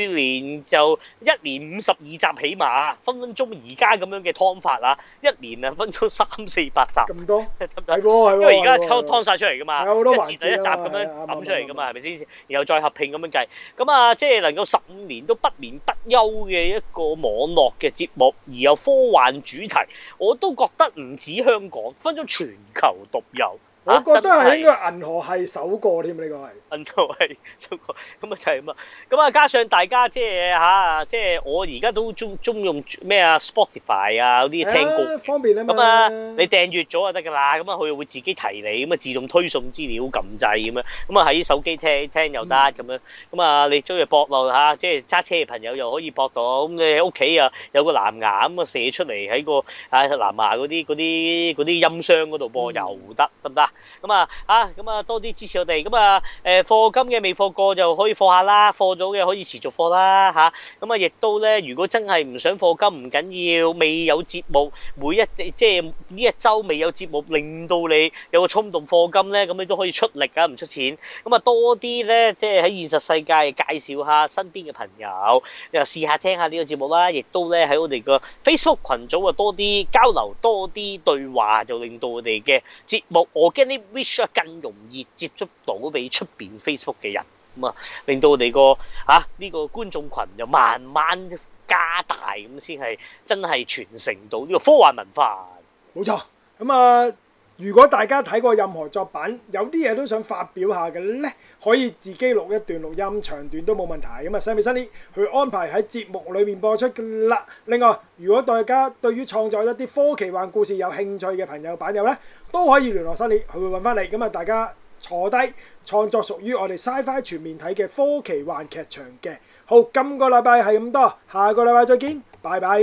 A: 年就一年五十二集起碼，分分鐘而家咁樣嘅湯法啊，一年啊分咗三四百集，
B: 咁多
A: 得唔
B: 係喎，
A: 得？
B: 係喎
A: 因為而家
B: 係喎
A: 湯
B: 係喎
A: 湯晒出嚟噶嘛，
B: 有好多
A: 一
B: 環
A: 節
B: 節啊
A: 就一集咁
B: 係
A: 樣
B: 啊啱
A: 抌出嚟噶嘛，
B: 啱
A: 係咪先？然後再合拼咁樣計，咁啊即係能夠十五年都不眠不休嘅一個網絡嘅節目，而有科幻主題，我都覺得唔止香港，分咗全球獨有。
B: 我
A: 啊
B: 覺得
A: 真
B: 係應該係銀河系首個添，呢個係。
A: 印度係中國，咁啊就係咁啊，咁啊加上大家即係嚇，即係我而家都中中用咩啊 Spotify 啊嗰啲聽
B: 啊
A: 歌，
B: 方便啊嘛。
A: 咁啊你訂閲咗就得㗎啦，咁啊佢會自己提你，咁啊自動推送資料撳掣咁樣，咁啊喺手機聽聽又得
B: 嗯
A: 咁樣，咁啊你中意駁落嚇，即係揸車嘅朋友又可以駁到，咁你喺屋企啊有個藍牙咁啊射出嚟喺個啊藍牙嗰啲嗰啲嗰啲音箱嗰度播
B: 嗯
A: 又得得唔得？咁啊啊咁啊多啲支持我哋，咁啊誒課金嘅未課過就可以課下啦，課咗嘅可以持續課啦吓，咁啊亦都咧，如果真係唔想課金唔緊要，未有節目每一即即係呢一周未有節目，令到你有個衝動課金咧，咁你都可以出力㗎，唔出錢。咁啊多啲咧，即係喺現實世界介紹下身邊嘅朋友，又試下聽下呢個節目啦，亦都咧喺我哋個 Facebook 群組啊多啲交流，多啲對話，就令到我哋嘅節目 Organic Reach 啊更容易接觸到俾出邊 Facebook 嘅人，咁啊令到我哋個嚇呢個觀眾群就慢慢加大，咁先係真係傳承到呢個科幻文化。
B: 冇錯。咁啊，如果大家睇過任何作品，有啲嘢都想發表下嘅呢，可以自己錄一段錄音，長短都冇問題。咁啊，西美新啲去安排喺節目裏面播出嘅啦。另外，如果大家對於創作一啲科奇幻故事有興趣嘅朋友版友呢，都可以聯絡新啲，佢會揾翻你。咁啊，大家坐低創作屬於我哋 Sci-Fi 全面睇嘅科奇幻劇場嘅。好，今個禮拜係咁多，下個禮拜再見，拜拜。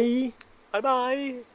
A: 拜拜。